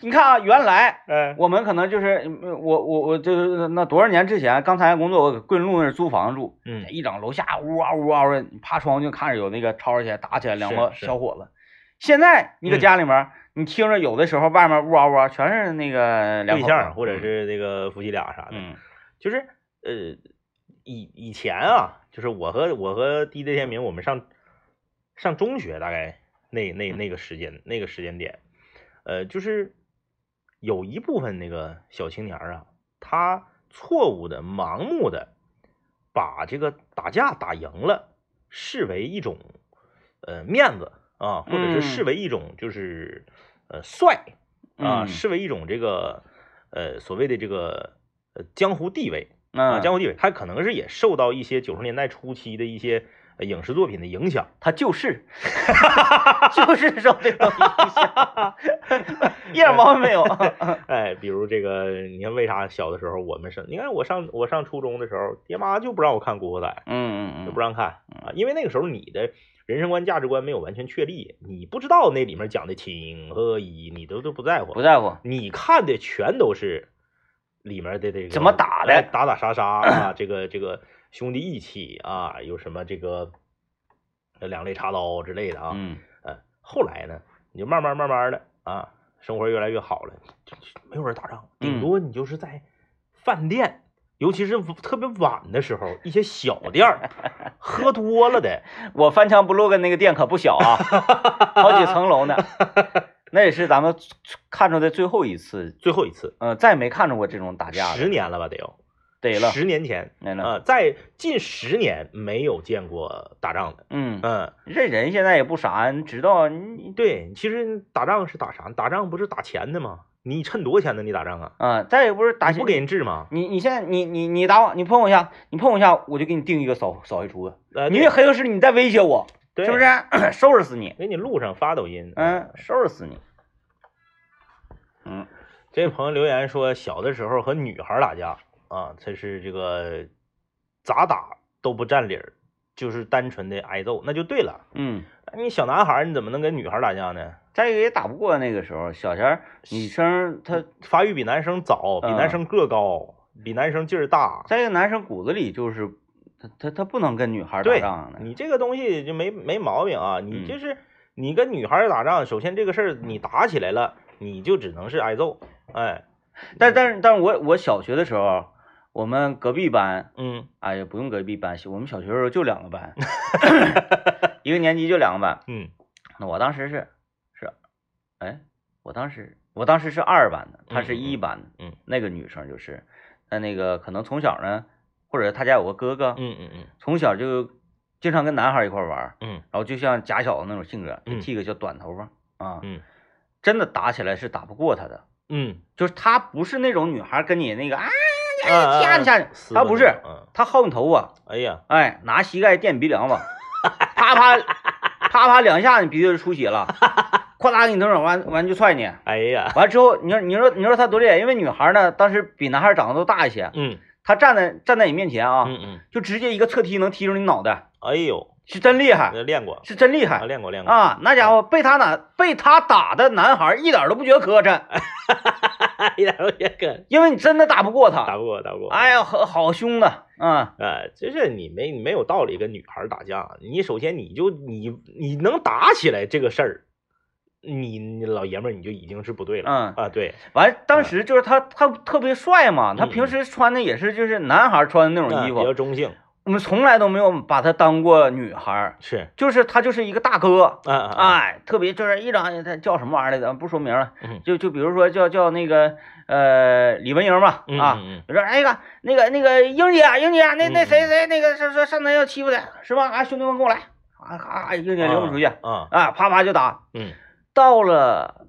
S2: 你看啊，原来。
S1: 嗯、
S2: 我们可能就是嗯我我我就是那多少年之前，刚参加工作，我桂林路那儿租房住，
S1: 嗯，
S2: 啊一整楼下呜嗷呜嗷的，你爬窗户就看着有那个吵起来打起来两个
S1: 是是
S2: 小伙子，现在你搁
S1: 嗯
S2: 家里面儿，你听着有的时候外面呜嗷呜嗷啊全是那个两
S1: 对
S2: 口子
S1: 象或者是这个夫妻俩啥的，
S2: 嗯
S1: 就是呃，以以前啊，就是我和我和 DJ 天明，我们上上中学大概那那那个时间那个时间点，呃，就是有一部分那个小青年儿啊，他错误的、盲目的把这个打架打赢了视为一种呃面子啊，或者
S2: 嗯
S1: 是视为一种就是、呃帅。啊，
S2: 嗯
S1: 视为一种这个呃所谓的这个呃江湖地位啊，
S2: 嗯，
S1: 江湖地位，他可能是也受到一些九十年代初期的一些呃影视作品的影响。
S2: 他就是，就是受这种 影响，一点毛病没有。 嗯
S1: 哎，比如这个，你看为啥小的时候我们是，你看我上我上初中的时候，爹妈就不让我看《古惑仔
S2: 嗯》，
S1: 就
S2: 嗯
S1: 不让看啊，因为那个时候你的。人生观、价值观没有完全确立，你不知道那里面讲的情和义，你都都不在
S2: 不
S1: 乎。
S2: 在乎。
S1: 你看的全都是里面的这个
S2: 怎么打的
S1: 哎打打杀杀啊， 这个这个兄弟义气啊，有什么这个呃两肋插刀之类的啊。
S2: 嗯
S1: 呃，后来呢，你就慢慢慢慢的啊，生活越来越好了，就就没有人打仗，
S2: 嗯
S1: 顶多你就是在饭店。尤其是特别晚的时候，一些小店 儿喝多了的，
S2: 我翻墙不露跟那个店可不 小啊，好几层楼呢。那也是咱们看着的最后一次，
S1: 最后一次，
S2: 呃，再没看着过这种打架
S1: 十
S2: 的，
S1: 年了吧得有，
S2: 得了，哎
S1: 十年前，
S2: 得了。
S1: 呃，在近十年没有见过打仗的。
S2: 嗯，
S1: 嗯，
S2: 这人现在也不傻，你知道你
S1: 对，其实打仗是打啥？打仗不是打钱的吗？你趁多少钱呢？你打仗啊？
S2: 啊，再也不是打
S1: 你不给人治吗？
S2: 你你现在你你你打我，你碰我一下，你碰我一下，我就给你定一个扫扫黑除恶。啊
S1: 呃，
S2: 你
S1: 对
S2: 这黑恶势力，你在威胁我，
S1: 对
S2: 是不？是？ 收拾死你！
S1: 给你路上发抖音。
S2: 嗯，，收拾死你！嗯，
S1: 这位朋友留言说，小的时候和女孩打架啊，这是这个咋打都不占理儿，就是单纯的挨揍，那就对了。
S2: 嗯，
S1: 你小男孩儿你怎么能跟女孩儿打架呢？
S2: 再一个也打不过那个时候，小前儿女生她
S1: 发育比男生早，比
S2: 嗯
S1: 男生个高，比男生劲儿大。
S2: 在一个男生骨子里就是他他他不能跟女孩打
S1: 对
S2: 仗啊的。
S1: 你这个东西就没没毛病啊，
S2: 嗯
S1: 你就是你跟女孩儿打仗，首先这个事儿你打起来了，你就只能是挨揍，哎，
S2: 但但是但是我我小学的时候，我们隔壁班，
S1: 嗯
S2: 哎呀不用隔壁班，我们小学的时候就两 个班，一个年级就两个班。
S1: 嗯
S2: 那我当时是是，哎，我当时我当时是二班的，她是
S1: 嗯嗯
S2: 一班的，
S1: 嗯
S2: 那个女生就是，那那个可能从小呢，或者她家有个哥哥，
S1: 嗯嗯嗯
S2: 从小就经常跟男孩一块玩儿，
S1: 嗯
S2: 然后就像假小子那种性格，就
S1: 嗯
S2: 剃个叫短头发啊，
S1: 嗯
S2: 真的打起来是打不过她的，
S1: 嗯，
S2: 就是她不是那种女孩跟你那个啊，
S1: 啊
S2: 掐你掐你，
S1: 撕
S2: 她
S1: 吧
S2: 不
S1: 你
S2: 是，
S1: 嗯，
S2: 她薅你头发、
S1: 哎呀，
S2: 哎，拿膝盖垫鼻梁子，啪啪啪啪两下，你鼻子就出血了，哐当给你头上，完完就踹你。
S1: 哎呀，
S2: 完之后，你说你说你说他多厉害，因为女孩呢，当时比男孩长得都大一些，
S1: 嗯
S2: 她站在站在你面前啊，
S1: 嗯嗯，
S2: 就直接一个侧踢能踢中你脑袋，
S1: 哎呦，
S2: 是真厉害，
S1: 那练过，
S2: 是真厉
S1: 啊
S2: 害
S1: 练过练过，
S2: 啊！那家伙
S1: 嗯
S2: 被他打被他打的男孩一点都不觉得磕碜，
S1: 一点都哎也跟
S2: 因为你真的打不过
S1: 打
S2: 他。
S1: 不过打不过，
S2: 哎。呀，好好凶的，嗯
S1: 哎，就是你没你没有道理跟女孩儿打架，你首先你就你你能打起来这个事儿，你你老爷们儿你就已经是不对了、
S2: 嗯。
S1: 啊，对，
S2: 完，当时就是他，他特别帅嘛，他
S1: 嗯
S2: 平时穿的也是就是男孩穿的那种
S1: 嗯
S2: 衣
S1: 比较
S2: 服，
S1: 中性，
S2: 我们从来都没有把他当过女孩儿，
S1: 是
S2: 就是他就是一个大哥，
S1: 啊啊啊，
S2: 哎，特别就是一张他叫什么玩意儿来着，咱不说名了，
S1: 嗯
S2: 就就比如说叫叫那个呃李文英吧，
S1: 嗯
S2: 啊，
S1: 嗯
S2: 我说哎呀那个那个英姐啊英姐啊那那
S1: 嗯嗯
S2: 谁谁那个说说上头要欺负他是吧？啊兄弟们跟我来，啊啊英姐领我出去，
S1: 啊，
S2: 啊啪啪就打，
S1: 嗯
S2: 到了。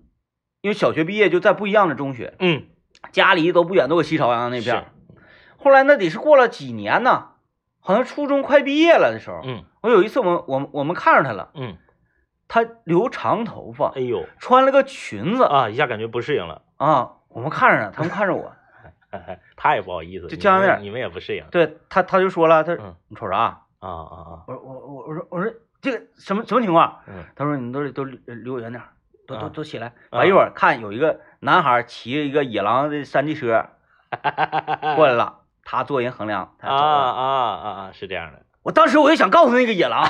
S2: 因为小学毕业就在不一样的中学，
S1: 嗯，
S2: 家离都不远，都搁西朝阳那边儿
S1: 是。
S2: 后来那得是过了几年呢，好像初中快毕业了的时候，
S1: 嗯
S2: 我有一次我们我们我们看着他了，
S1: 嗯，
S2: 他留长头发
S1: 哎，呦
S2: 穿了个裙子
S1: 啊，一下感觉不适应了，
S2: 啊，我们看着他，他们看 着我，
S1: 他也不好意思，
S2: 就
S1: 你
S2: 僵
S1: 们
S2: 那儿
S1: 你们也不适应，
S2: 对他他就说了，他说
S1: 嗯
S2: 你瞅啥？
S1: 啊啊啊，
S2: 我说我我我说我说这个什么什么情况？啊
S1: 嗯
S2: 他说你都都离我远点儿，都都
S1: 啊
S2: 都起来。完一会儿看有一个男孩骑一个野狼的山 地车过来了，他做人衡量，他
S1: 啊
S2: 走了。
S1: 啊啊啊，是这样的，
S2: 我当时我就想告诉那个野狼，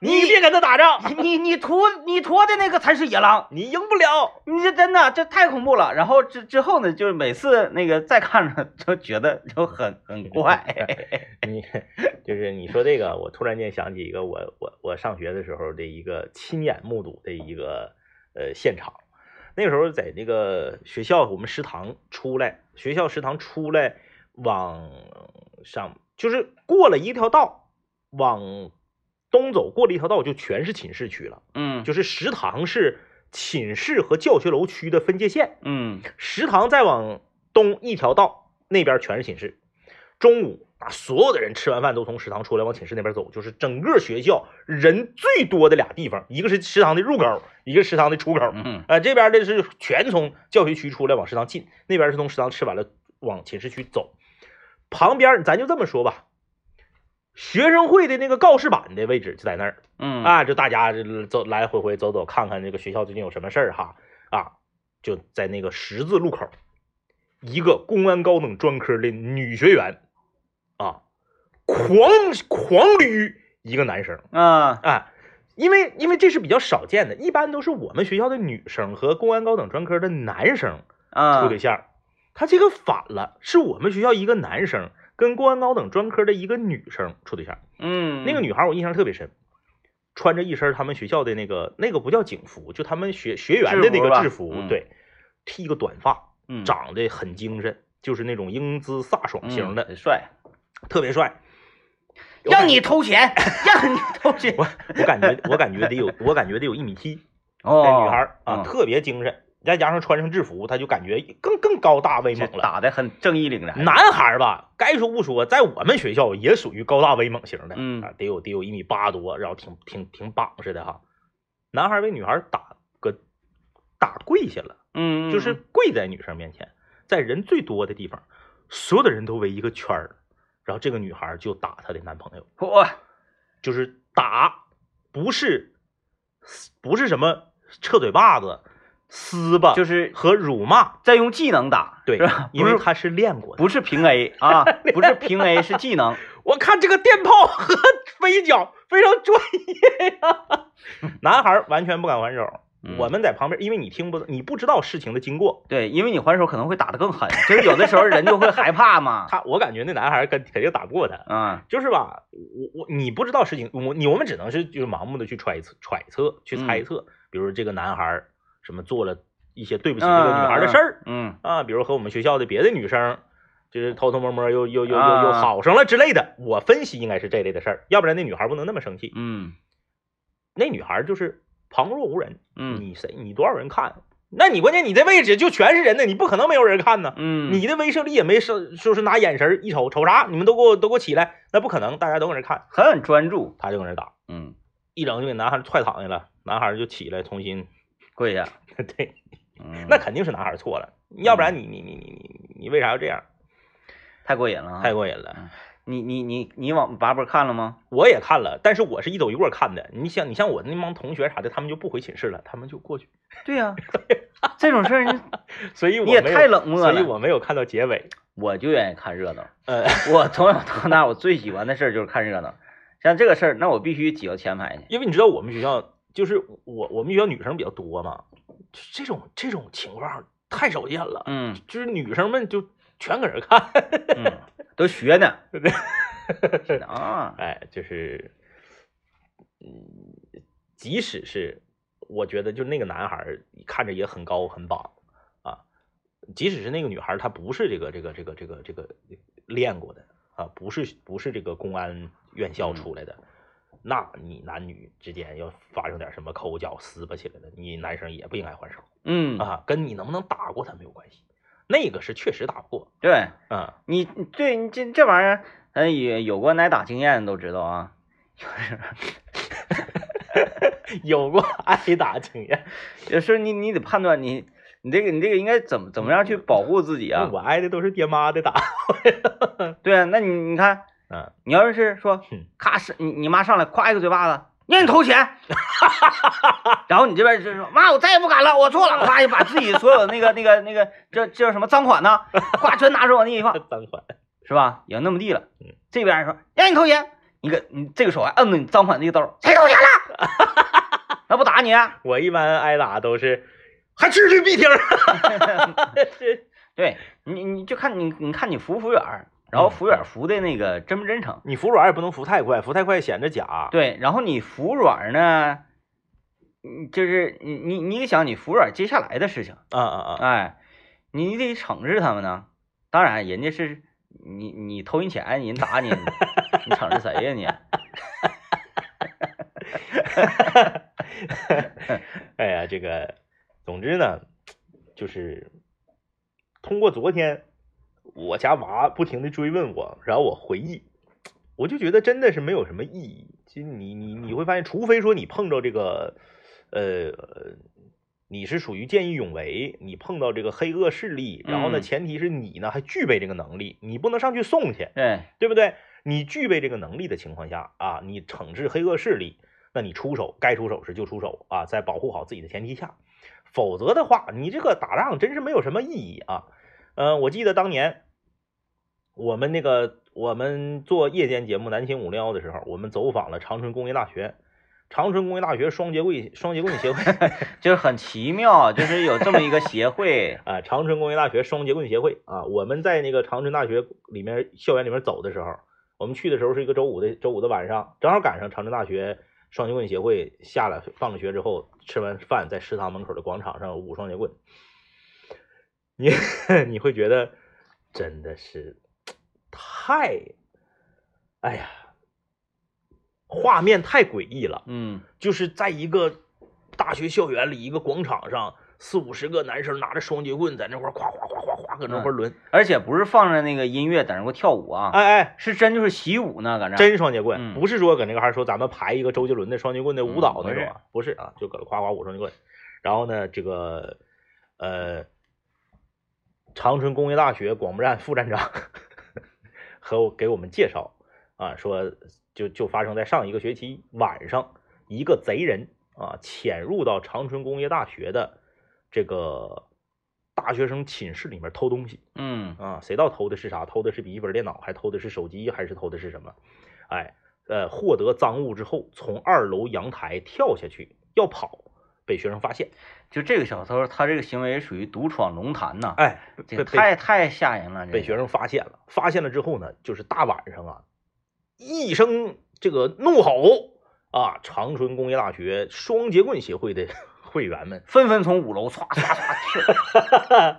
S1: 你别跟他打仗，
S2: 你你你拖你拖的那个才是野狼，
S1: 你赢不了。
S2: 你这真的这太恐怖了。然后之之后呢，就是每次那个再看着就觉得就很很 怪。
S1: 你就是你说这个，我突然间想起一个我我我上学的时候的一个亲眼目睹的一个呃现场。那个时候在那个学校，我们食堂出来，学校食堂出来往上，就是过了一条道，往东走过了一条道，就全是寝室区了。
S2: 嗯
S1: 就是食堂是寝室和教学楼区的分界线，
S2: 嗯
S1: 食堂再往东一条道，那边全是寝室。中午啊，所有的人吃完饭都从食堂出来，往寝室那边走，就是整个学校人最多的俩地方，一个是食堂的入口，一个是食堂的出口。
S2: 嗯
S1: 呃，这边的是全从教学区出来往食堂进，那边是从食堂吃完了往寝室区走。旁边咱就这么说吧，学生会的那个告示板的位置就在那儿。
S2: 嗯
S1: 啊，就大家这走来回回走走，看看这个学校最近有什么事儿哈啊，就在那个十字路口，一个公安高等专科的女学员啊，狂狂捋一个男生，
S2: 啊
S1: 啊，因为因为这是比较少见的，一般都是我们学校的女生和公安高等专科的男生处
S2: 啊
S1: 对象，他这个反了，是我们学校一个男生跟公安高等专科的一个女生处对象。
S2: 嗯
S1: 那个女孩儿我印象特别深，穿着一身他们学校的那个那个不叫警服，就他们学学员的那
S2: 制服吧
S1: 个制服，
S2: 嗯
S1: 对，剃个短发，
S2: 嗯
S1: 长得很精神，就是那种英姿飒爽型的，
S2: 嗯帅，
S1: 特别帅。我
S2: 让
S1: 感
S2: 你偷 钱，让你偷钱。
S1: 我我感觉我感觉得有我感觉得有一米七，
S2: 哦
S1: 那女孩儿啊、
S2: 嗯
S1: 特别精神，再加上穿上制服，她就感觉更更高大威
S2: 这
S1: 猛了。
S2: 打的很正义凛然。
S1: 男孩儿吧，该说不说，在我们学校也属于高大威猛型的，
S2: 嗯
S1: 啊，得有得有一米八多，然后挺挺挺棒似的哈。男孩儿被女孩儿打个打跪下了，
S2: 嗯，嗯
S1: 就是跪在女生面前，在人最多的地方，所有的人都围一个圈儿，然后这个女孩儿就打她的男朋友，
S2: 我
S1: 就是打，不是不是什么撤嘴巴子、撕吧，
S2: 就是
S1: 和辱骂，
S2: 在用技能打，
S1: 对
S2: 是吧，
S1: 因
S2: 不是
S1: 为他是练过的。
S2: 不是平 A 啊，不是平 A 是技能。
S1: 我看这个电炮 和飞脚非常专业呀、 男孩儿完全不敢还手，
S2: 嗯
S1: 我们在旁边，因为你听不，你不知道事情的经过。
S2: 对，因为你还手可能会打 得更狠，就是有的时候人就会害怕嘛。
S1: 他，我感觉那男孩儿跟肯定打不过他，
S2: 嗯
S1: 就是吧，我我你不知道事情，我你我们只能是就是盲目的去揣测、揣测、去
S2: 嗯
S1: 猜测，比如这个男孩儿什么做了一些对不起这个女孩儿的事儿
S2: 嗯
S1: 啊，比如和我们学校的别的女生。就是偷偷摸摸又又又又又
S2: 啊
S1: 好上了之类的，我分析应该是这类的事儿，要不然那女孩儿不能那么生气。
S2: 嗯
S1: 那女孩儿就是旁若无人，
S2: 嗯
S1: 你谁你多少人看？那你关键你这位置就全是人呢，你不可能没有人看呢。
S2: 嗯，
S1: 你的威慑力也没是，就是拿眼神儿一瞅，瞅啥？你们都给我都给我起来，那不可能，大家都搁那看，
S2: 很专注，
S1: 他就搁那打，
S2: 嗯，
S1: 一整就给男孩儿踹躺下了，男孩儿就起来重新，
S2: 跪下。
S1: 对，
S2: 嗯，
S1: 那肯定是男孩儿错了，要不然你你你你你你为啥要这样？
S2: 太过瘾了啊
S1: 太！过瘾了，
S2: 你你你你往拔博看了吗？
S1: 我也看了，但是我是一走一过看的。你想，你像我那帮同学啥的，他们就不回寝室了，他们就过去，
S2: 对呀、 这种事儿你
S1: 所 以我
S2: 你也
S1: 没有
S2: 太冷漠
S1: 所以
S2: 了
S1: 我没有看到结尾。
S2: 我就愿意看热闹。
S1: 呃，
S2: 我从小到大我最喜欢的事儿就是看热闹，像这个事儿，那我必须挤到前排去。
S1: 因为你知道我们学校就是我我们学校女生比较多嘛，就这种这种情况太少见了，
S2: 嗯
S1: 就是女生们就全搁这看，
S2: 嗯，都学呢
S1: 对
S2: 啊，
S1: 哎，就是，嗯，即使是我觉得就那个男孩儿看着也很高很棒啊，即使是那个女孩儿她不是这个这个这个这个这个练过的啊，不是不是这个公安院校出来的，那你男女之间要发生点什么口角撕巴起来的，你男生也不应该还手
S2: 嗯，
S1: 啊，跟你能不能打过他没有关系，那个是确实打不过
S2: 对
S1: 啊，
S2: 你对你这这玩意儿，咱有有过挨打经验的都知道啊，就是
S1: 有过挨打经验，
S2: 有时候你你得判断你你这个你这个应该怎么怎么样去保护自己啊？
S1: 我挨的都是爹妈的打，
S2: 对啊，那你你看，
S1: 嗯。
S2: 你要是说
S1: 嗯
S2: 咔是你你妈上来夸一个嘴巴子，让你投 钱，然后你这边就说妈我再也不敢了，我错了，啪就把自己所有那个那个那个这这叫什么赃款
S1: 啊
S2: 呢，呱全拿着往地下一放，
S1: 三款，
S2: 是吧？也那么地了
S1: 嗯。
S2: 这边说让你投钱，你给你这个手还摁着你赃款这个兜，谁偷钱了？ 那不打你、啊？
S1: 我一般挨打都是还吃绿碧听儿， 这
S2: 对你你就看你你看你服不服软儿，然后
S1: 嗯
S2: 服软儿服的那个真不真诚？
S1: 你服软也不能服太快，服太快显着假。
S2: 对，然后你服软儿呢，嗯就是你你你得想你服软儿接下来的事情，
S1: 啊啊啊！
S2: 哎，你得惩治他们呢。当然，人家是你你偷人钱，人打 你，你你惩治谁呀你？
S1: 哎呀，这个，总之呢，就是通过昨天我家娃不停的追问我，然后我回忆，我就觉得真的是没有什么意义。就你你你会发现，除非说你碰着这个，呃，你是属于见义勇为，你碰到这个黑恶势力，然后呢，
S2: 嗯
S1: 前提是你呢还具备这个能力，你不能上去送去，
S2: 对，
S1: 对不对？你具备这个能力的情况下啊，你惩治黑恶势力，那你出手该出手时就出手啊，在保护好自己的前提下，否则的话，你这个打仗真是没有什么意义啊。呃，我记得当年我们那个我们做夜间节目《南秦五零幺》的时候，我们走访了长春工业大学，长春工业大学双节棍双节棍协会，
S2: 就是很奇妙，就是有这么一个协会
S1: 啊，长春工业大学双节棍协会啊，我们在那个长春大学里面校园里面走的时候，我们去的时候是一个周五的周五的晚上，正好赶上长春大学双节棍协会下了放了学之后，吃完饭在食堂门口的广场上舞双节棍，你 你会觉得真的是太，哎呀，画面太诡异了。
S2: 嗯，
S1: 就是在一个大学校园里一个广场上，四五十个男生拿着双节棍在那块儿夸夸夸夸夸搁那块儿抡，
S2: 而且不是放着那个音乐在那给我跳舞啊，
S1: 哎哎，
S2: 是真就是习武呢，搁那儿
S1: 真双节棍，
S2: 嗯
S1: 不是说搁那块儿说咱们排一个周杰伦的双节棍的舞蹈
S2: 嗯
S1: 那种
S2: 不是
S1: 啊，不是啊，就搁那夸夸舞双节棍。然后呢，这个呃，长春工业大学广播站副站长和我给我们介绍啊，说就就发生在上一个学期晚上，一个贼人啊潜入到长春工业大学的这个大学生寝室里面偷东西。
S2: 嗯
S1: 啊，谁知道偷的是啥？偷的是笔记本电脑，还偷的是手机，还是偷的是什么？哎，呃，获得赃物之后，从二楼阳台跳下去要跑，被学生发现。
S2: 就这个小偷，他这个行为属于独闯龙潭呐、
S1: 哎，被
S2: 这个
S1: 被
S2: 太太吓人了，这
S1: 被
S2: 个
S1: 学生发现了，发现了之后呢，就是大晚上啊，一声这个怒吼啊，长春工业大学双节棍协会的 会员们，
S2: 纷纷从五楼唰唰唰去了，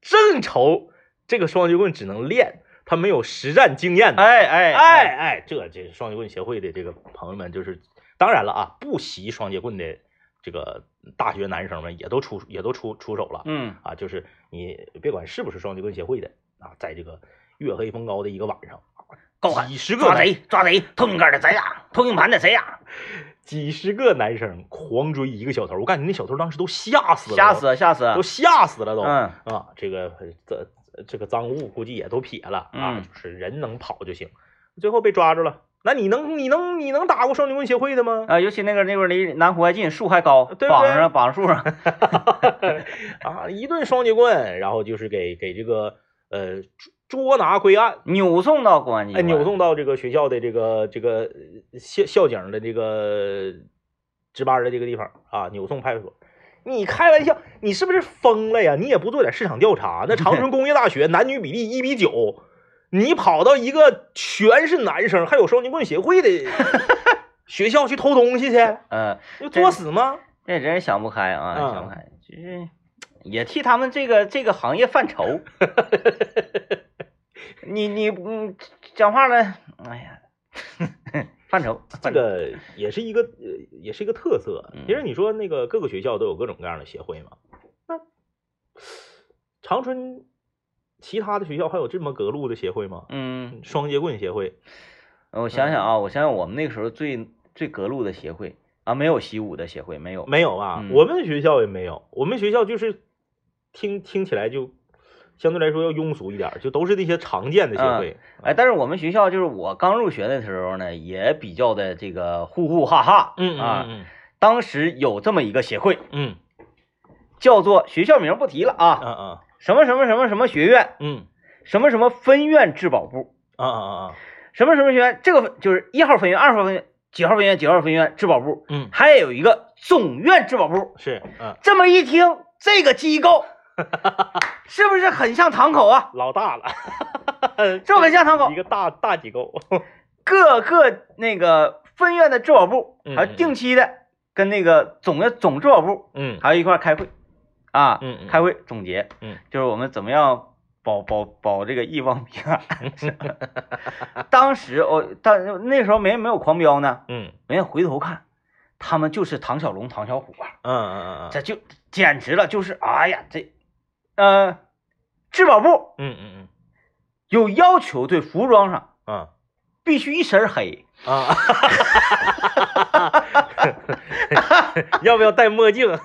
S1: 正愁这个双节棍只能练，他没有实战经验呢。
S2: 哎哎
S1: 哎，哎，这这双节棍协会的这个朋友们，就是当然了啊，不惜双节棍的这个大学男生们也都出也都出出手了
S2: 嗯
S1: 啊，就是你别管是不是双节棍协会的啊，在这个月黑风高的一个晚上，
S2: 高喊
S1: 几十个
S2: 抓
S1: 男
S2: 贼抓贼，偷硬杆的贼呀，偷硬盘的贼啊呀，
S1: 几十个男生狂追一个小偷，我感觉那小偷当时都吓死了，
S2: 吓死吓死，
S1: 都吓死了都，
S2: 嗯
S1: 啊，这个这这个赃物估计也都撇了啊，
S2: 嗯
S1: 就是人能跑就行，最后被抓住了。那你能你能你能打过双节棍协会的吗？
S2: 啊，尤其那个那边离南湖还近，树还高，
S1: 对不对
S2: 绑上绑树上，
S1: 啊，一顿双节棍，然后就是给给这个呃捉捉拿归案，
S2: 扭送到公安机
S1: 哎，
S2: 关，
S1: 扭送到这个学校的这个这个呃校校警的这个值班的这个地方啊，扭送派出所。你开玩笑，你是不是疯了呀？你也不做点市场调查？那长春工业大学男女比例一比九，你跑到一个全是男生还有双截棍协会的学校去偷东西去，
S2: 呃，
S1: 就作死吗？
S2: 这真是想不开啊，
S1: 嗯
S2: 想不开，就是也替他们这个这个行业犯 愁。你你嗯，讲话了，哎呀， 犯愁，
S1: 这
S2: 犯愁
S1: 个也是一个呃，也是一个特色。
S2: 嗯
S1: 其实你说那个各个学校都有各种各样的协会嘛，那长春其他的学校还有这么隔路的协会吗？
S2: 嗯，
S1: 双节棍协会
S2: 我想想啊，我想想我们那个时候最最隔路的协会啊，没有习武的协会，没有，
S1: 没有吧？
S2: 嗯
S1: 我们学校也没有，我们学校就是听听起来就相对来说要庸俗一点儿，就都是那些常见的协会。
S2: 哎，但是我们学校就是我刚入学的时候呢，也比较的这个呼呼哈哈，
S1: 嗯
S2: 啊，
S1: 嗯
S2: 当时有这么一个协会，
S1: 嗯
S2: 叫做学校名不提了
S1: 嗯
S2: 啊，
S1: 啊
S2: 什么什么什么什么学院，
S1: 嗯
S2: 什么什么分院质保部，
S1: 啊啊啊啊！
S2: 什么什么学院，这个就是一号分院、二号分院、几号分院、几号分院质保部，
S1: 嗯，
S2: 还有一个总院质保部。
S1: 是，嗯，
S2: 这么一听，这个 机构是不是很像堂口啊？
S1: 老大 了，
S2: 这很像堂口
S1: 一，个大大机构，
S2: 各个那个分院的质保部，
S1: 嗯
S2: 还有定期的跟那个总的总质保部，
S1: 嗯
S2: 还有一块儿开会啊，
S1: 嗯嗯
S2: 开会总结，
S1: 嗯，
S2: 就是我们怎么样保保保这个一方平 安。 当时我、但那时候没没有狂飙呢，
S1: 嗯
S2: 没有回头看，他们就是唐小龙、唐小虎啊，
S1: 嗯嗯嗯
S2: 这就简直了，就是哎呀这，呃，质保部
S1: 嗯嗯
S2: 有要求对服装上
S1: 嗯啊
S2: 必须一身黑，
S1: 啊，要不要戴墨镜？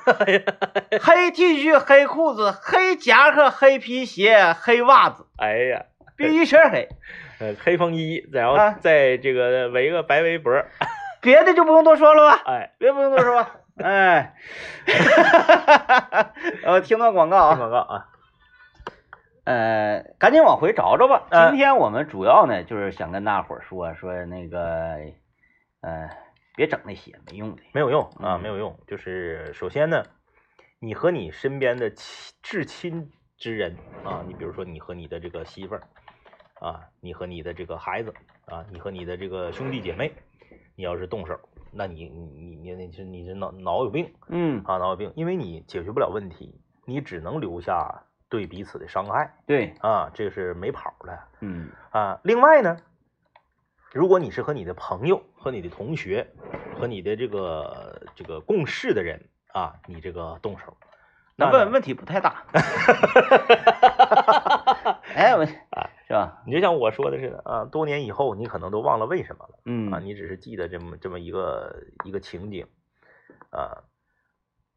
S2: 黑 T 恤、黑裤子、黑夹克、黑皮鞋、黑袜子，
S1: 哎呀，
S2: 必须一身黑，
S1: 呃，黑风衣，然
S2: 啊
S1: 后在这个围个白围脖，
S2: 别的就不用多说了吧。
S1: 哎，
S2: 别不用多说吧。 哎，呃，听到广告啊，
S1: 广告啊，
S2: 呃，赶紧往回找找吧。
S1: 呃
S2: 今天我们主要呢，就是想跟大伙儿说说那个，呃，别整那些没用的。
S1: 没有用啊，
S2: 嗯
S1: 没有用。就是首先呢，你和你身边的亲至亲之人啊，你比如说你和你的这个媳妇儿啊，你和你的这个孩子啊，你和你的这个兄弟姐妹，你要是动手，那你你你你是你是脑脑有病
S2: 嗯，
S1: 啊，脑有病，因为你解决不了问题，你只能留下对彼此的伤害
S2: 对，
S1: 啊，这是没跑了。
S2: 嗯
S1: 啊，另外呢，如果你是和你的朋友、和你的同学、和你的这个这个共事的人啊，你这个动手，
S2: 那
S1: 那
S2: 问问题不太 大。哎，我是吧？
S1: 你就像我说的似的啊，多年以后你可能都忘了为什么了
S2: 嗯
S1: 啊，你只是记得这么这么一个一个情景啊。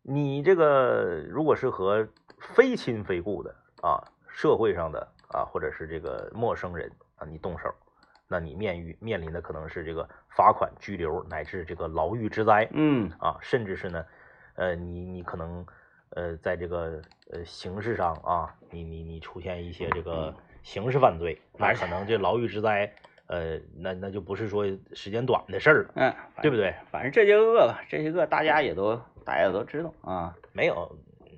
S1: 你这个如果是和非亲非故的啊，社会上的啊，或者是这个陌生人啊，你动手，那你面遇面临的可能是这个罚款、拘留，乃至这个牢狱之灾
S2: 嗯
S1: 啊，甚至是呢，呃，你你可能呃，在这个呃刑事上啊，你你你出现一些这个刑事犯罪，那
S2: 而且
S1: 可能这牢狱之灾，呃，那那就不是说时间短的事儿了，
S2: 嗯，
S1: 对不对？
S2: 反正这些个吧，这些个大家也都大家也都知道啊。
S1: 没有，嗯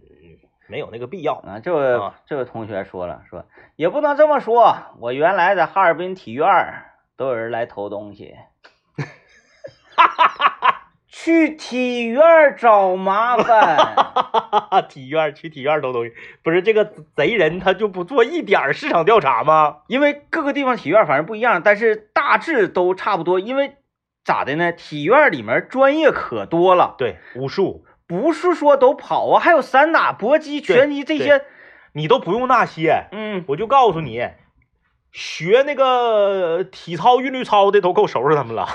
S1: 没有那个必要。
S2: 啊，这位、
S1: 啊
S2: 这位同学说了，说也不能这么说，我原来在哈尔滨体院儿都有人来偷东西，去体院儿找麻烦，
S1: 体院去体院偷东西，不是这个贼人他就不做一点儿市场调查吗？
S2: 因为各个地方体院儿反正不一样，但是大致都差不多，因为。咋的呢？体院儿里面专业可多了，
S1: 对，武术
S2: 不是说都跑啊，还有散打、搏击、拳击这
S1: 对
S2: 些。
S1: 你都不用那些，
S2: 嗯，
S1: 我就告诉你，学那个呃体操、韵律操的都够收拾他们了，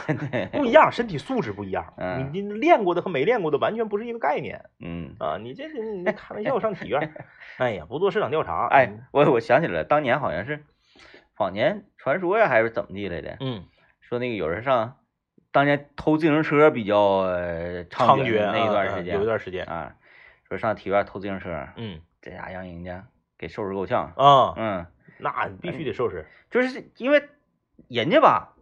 S1: 不一样，身体素质不一样。
S2: 嗯
S1: 你你练过的和没练过的完全不是一个概念
S2: 嗯，
S1: 啊！你这是你开玩笑上体院， 哎呀，不做市场调查，嗯
S2: 哎，我我想起来了，当年好像是坊间传说呀，还是怎么地来的？
S1: 嗯，
S2: 说那个有人上当年偷自行车比较呃
S1: 猖
S2: 猖
S1: 獗啊
S2: 那一段
S1: 啊
S2: 时间，
S1: 有一段时间，
S2: 啊，说上体院偷自行车，
S1: 嗯
S2: 这家让人家给收拾够呛。
S1: 啊，
S2: 嗯，
S1: 那必须得收拾，
S2: 就是因为人家吧，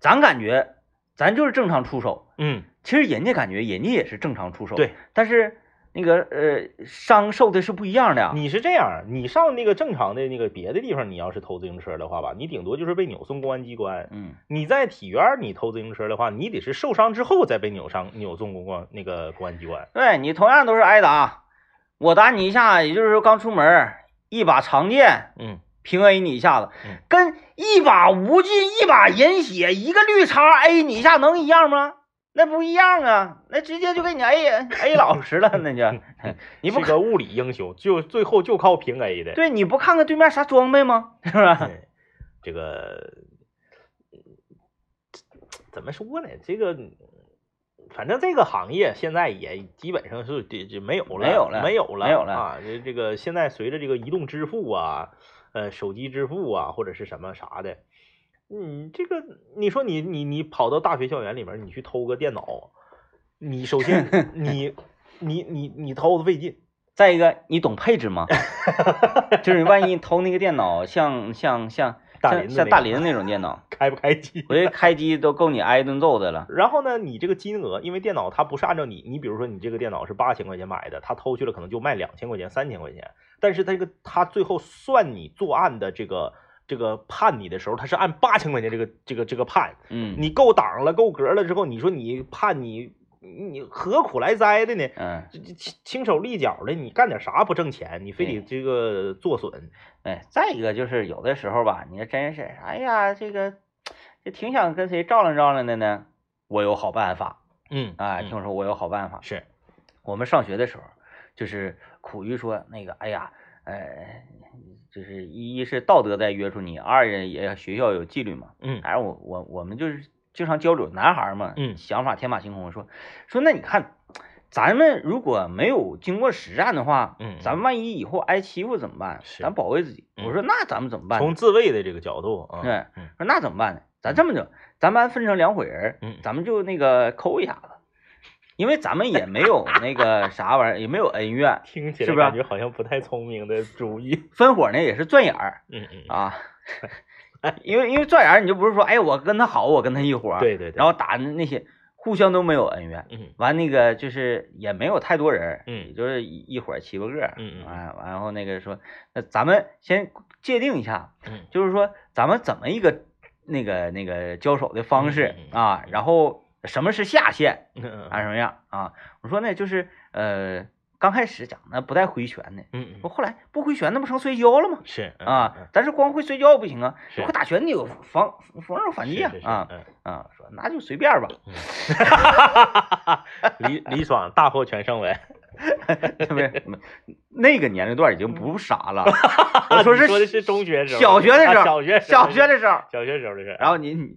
S2: 咱感觉咱就是正常出手，
S1: 嗯，
S2: 其实人家感觉人家也是正常出手，
S1: 对，
S2: 但是那个呃伤受的是不一样的啊。
S1: 你是这样，你上那个正常的那个别的地方，你要是偷自行车的话吧，你顶多就是被扭送公安机关。
S2: 嗯，
S1: 你在体院儿你偷自行车的话，你得是受伤之后再被扭伤扭送公安那个公安机关。
S2: 对你同样都是挨打，我打你一下，也就是说刚出门一把长剑。
S1: 嗯，
S2: 平 A 你一下子
S1: 嗯，
S2: 跟一把无尽、一把饮血、一个绿叉 A 你一下能一样吗？那不一样啊，那直接就给你 A A 老实了，那就你不
S1: 是
S2: 看
S1: 个物理英雄，就最后就靠平 A 的。
S2: 对你不看看对面啥装备吗？是不是？
S1: 嗯，这个嗯怎么说呢？这个反正这个行业现在也基本上是这这没有了，
S2: 没有了
S1: 没有了，
S2: 没有了
S1: 啊！这这个现在随着这个移动支付啊，呃，手机支付啊，或者是什么啥的。你这个，你说你你你跑到大学校园里面，你去偷个电脑，你首 先你你你你偷的费劲，
S2: 再 一个，你懂配置吗？就是万一偷那个电脑，像像像
S1: 大林的
S2: 像
S1: 那
S2: 大
S1: 个
S2: 林那种电脑，
S1: 开不开机。
S2: 我觉得开机都够你挨一顿揍的了。
S1: 然后呢，你这个金额，因为电脑它不是按照你，你比如说你这个电脑是八千块钱买的，他偷去了可能就卖两千块钱、三千块钱，但是他这个他最后算你作案的这个这个判你的时候，他是按八千块钱这个这个这个判，
S2: 嗯，
S1: 你够档了、够格了之后，你说你判你你何苦来哉的呢？
S2: 嗯，
S1: 这这轻轻手利脚的，你干点啥不挣钱？你非得
S2: 嗯
S1: 这个做损，
S2: 哎，再一个就是有的时候吧，你真是，哎呀，这个就挺想跟谁照亮照亮的呢。我有好办法，
S1: 嗯
S2: 哎，
S1: 嗯
S2: 听我说，我有好办法。
S1: 是，
S2: 我们上学的时候，就是苦于说那个，哎呀，呃，就是一是道德在约束你，二也学校有纪律嘛。
S1: 嗯
S2: 哎，我我我们就是经常交流，男孩儿嘛，
S1: 嗯
S2: 想法天马行空，说说那你看，咱们如果没有经过实战的话，
S1: 嗯嗯
S2: 咱万一以后挨欺负怎么办？
S1: 是
S2: 咱保卫自己。
S1: 嗯
S2: 我说那咱们怎么办呢？
S1: 从自卫的这个角度啊，
S2: 对
S1: 嗯，
S2: 说那怎么办呢？咱这么整，咱班分成两伙人，
S1: 嗯
S2: 咱们就那个抠一下子，因为咱们也没有那个啥玩意儿，也没有恩怨，
S1: 听起
S2: 是
S1: 来
S2: 不是
S1: 感觉好像不太聪明的主意，
S2: 分伙呢也是转眼儿
S1: 嗯嗯，
S2: 啊，因为因为转眼儿你就不是说，哎，我跟他好，我跟他一伙儿，，
S1: 对对对，
S2: 然后打那些互相都没有恩怨，
S1: 嗯
S2: 完那个就是也没有太多人，
S1: 嗯
S2: 也就是一一伙儿七八个，
S1: 嗯嗯
S2: 啊，然后那个说，那咱们先界定一下，
S1: 嗯
S2: 就是说咱们怎么一个那个那个交手的方式
S1: 嗯嗯嗯
S2: 啊，然后什么是下限
S1: 嗯嗯
S2: 啊，什么样啊？我说呢，就是呃，刚开始讲呢不带回旋的，
S1: 嗯
S2: 我
S1: 嗯
S2: 后来不回旋那不成摔跤了吗？
S1: 是
S2: 啊，但是光会摔跤不行啊，
S1: 嗯是
S2: 会打拳你有防防守反击啊啊
S1: 啊，
S2: 啊！说那就随便吧，
S1: 李李爽大获全胜 呗，
S2: 对 不对？那个年龄段已经不傻 了，我啊说
S1: 嗯你说的
S2: 是
S1: 是中学时候，
S2: 小学的时
S1: 啊小
S2: 候，
S1: 学时候
S2: 小学的时候，
S1: 小学时候的事儿，
S2: 然后你你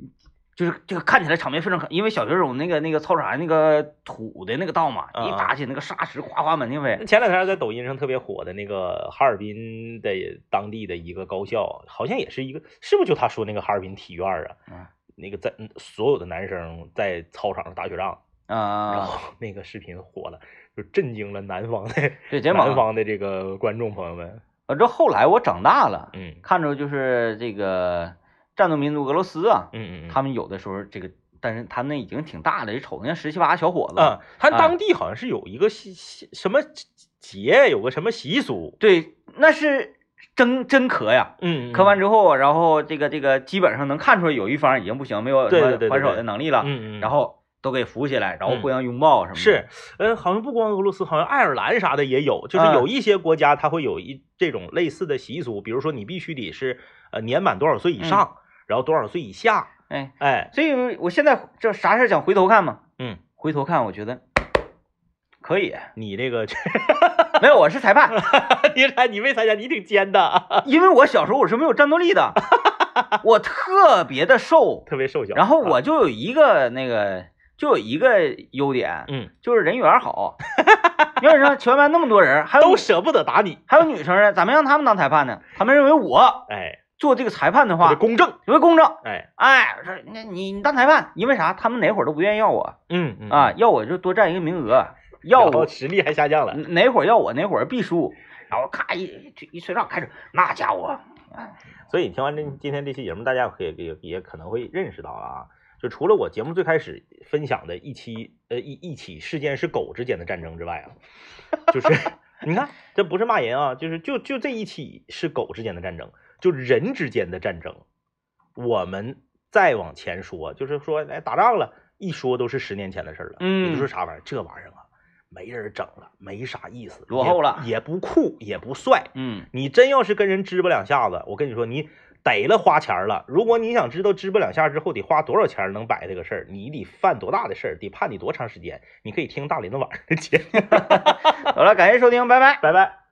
S2: 就是这个看起来场面非常可，因为小学时候我们那个那个操场上那个土的那个道嘛，
S1: 嗯
S2: 一打起那个沙石哗哗满地飞。
S1: 前两天在抖音上特别火的那个哈尔滨的当地的一个高校，好像也是一个，是不是就他说那个哈尔滨体院啊？
S2: 嗯
S1: 那个在所有的男生在操场上打雪仗，嗯然
S2: 啊，
S1: 后 那个视频火了，就震惊了南方的
S2: 对，肩
S1: 南
S2: 膀。
S1: 方的这个观众朋友们。
S2: 呃，这后来我长大了，
S1: 嗯
S2: 看着就是这个战斗民族俄罗斯啊，
S1: 嗯嗯嗯，
S2: 他们有的时候这个，但是他们那已经挺大了，一瞅那十七八小伙子，
S1: 嗯，他
S2: 啊
S1: 当地好像是有一个习习什么节，有个什么习俗。
S2: 对，那是真真磕呀。
S1: 嗯，
S2: 磕完
S1: 之
S2: 之后，然后这个这个基本上能看出来有一方已经不行，没有
S1: 对对对
S2: 还
S1: 对
S2: 还手
S1: 对
S2: 的能力了，
S1: 嗯嗯，
S2: 然后都给扶起来，然后
S1: 嗯
S2: 互相拥抱什么的。
S1: 是，呃，好像不光俄罗斯，好像爱尔兰啥的也有，就是
S2: 嗯
S1: 有一些国家它会有一这种类似的习俗，比如说你必须得是呃年满多少
S2: 嗯
S1: 岁以上，然后多少岁以下，
S2: 哎，
S1: 哎，
S2: 所以我现在这啥事儿想回头看嘛，
S1: 嗯，
S2: 回头看我觉得可以，
S1: 你这 个，
S2: 没有，我是裁判，
S1: 你看你没参加，你挺尖的，
S2: 因为我小时候我是没有战斗力的，我特别的瘦，
S1: 特别瘦小。
S2: 然后
S1: 啊，
S2: 我就有一个那个，就有一个优点，
S1: 嗯，
S2: 就是人缘好，要是让全班那么多人，还有
S1: 都
S2: 女
S1: 舍不得打你，
S2: 还有女生呢，咱们让他们当裁判呢，他们认为我
S1: 哎，
S2: 做这个裁判的
S1: 特别
S2: 话
S1: 公正，
S2: 有为公正。
S1: 哎，
S2: 哎，说那你你当裁判，因为啥？他们哪会儿都不愿意要我，
S1: 嗯嗯，
S2: 啊，要我就多占一个名额，要
S1: 然后
S2: 我
S1: 实力还下降了，
S2: 哪会儿要我哪会儿必输，然后咔一一吹哨开始，那家伙，
S1: 所以听完这
S2: 嗯
S1: 今天这期节目，大家可以也也可能会认识到啊，就除了我节目最开始分享的一期呃一一起事件是狗之间的战争之外啊，就是 你看这不是骂人啊，就是就就这一起是狗之间的战争，就人之间的战争。我们再往前说，就是说哎打仗了，一说都是十年前的事儿了。
S2: 嗯
S1: 你就说啥玩意儿？这玩意儿啊，没人整了，没啥意思，
S2: 落后了
S1: 也也不酷，也不帅。
S2: 嗯
S1: 你真要是跟人支吧两下子，我跟你说，你逮了花钱了。如果你想知道支吧两下之后得花多少钱能摆这个事儿，你得犯多大的事儿，得判你多长时间。你可以听大林子晚上的节目，
S2: 好了，感谢收听，拜拜。
S1: 拜拜。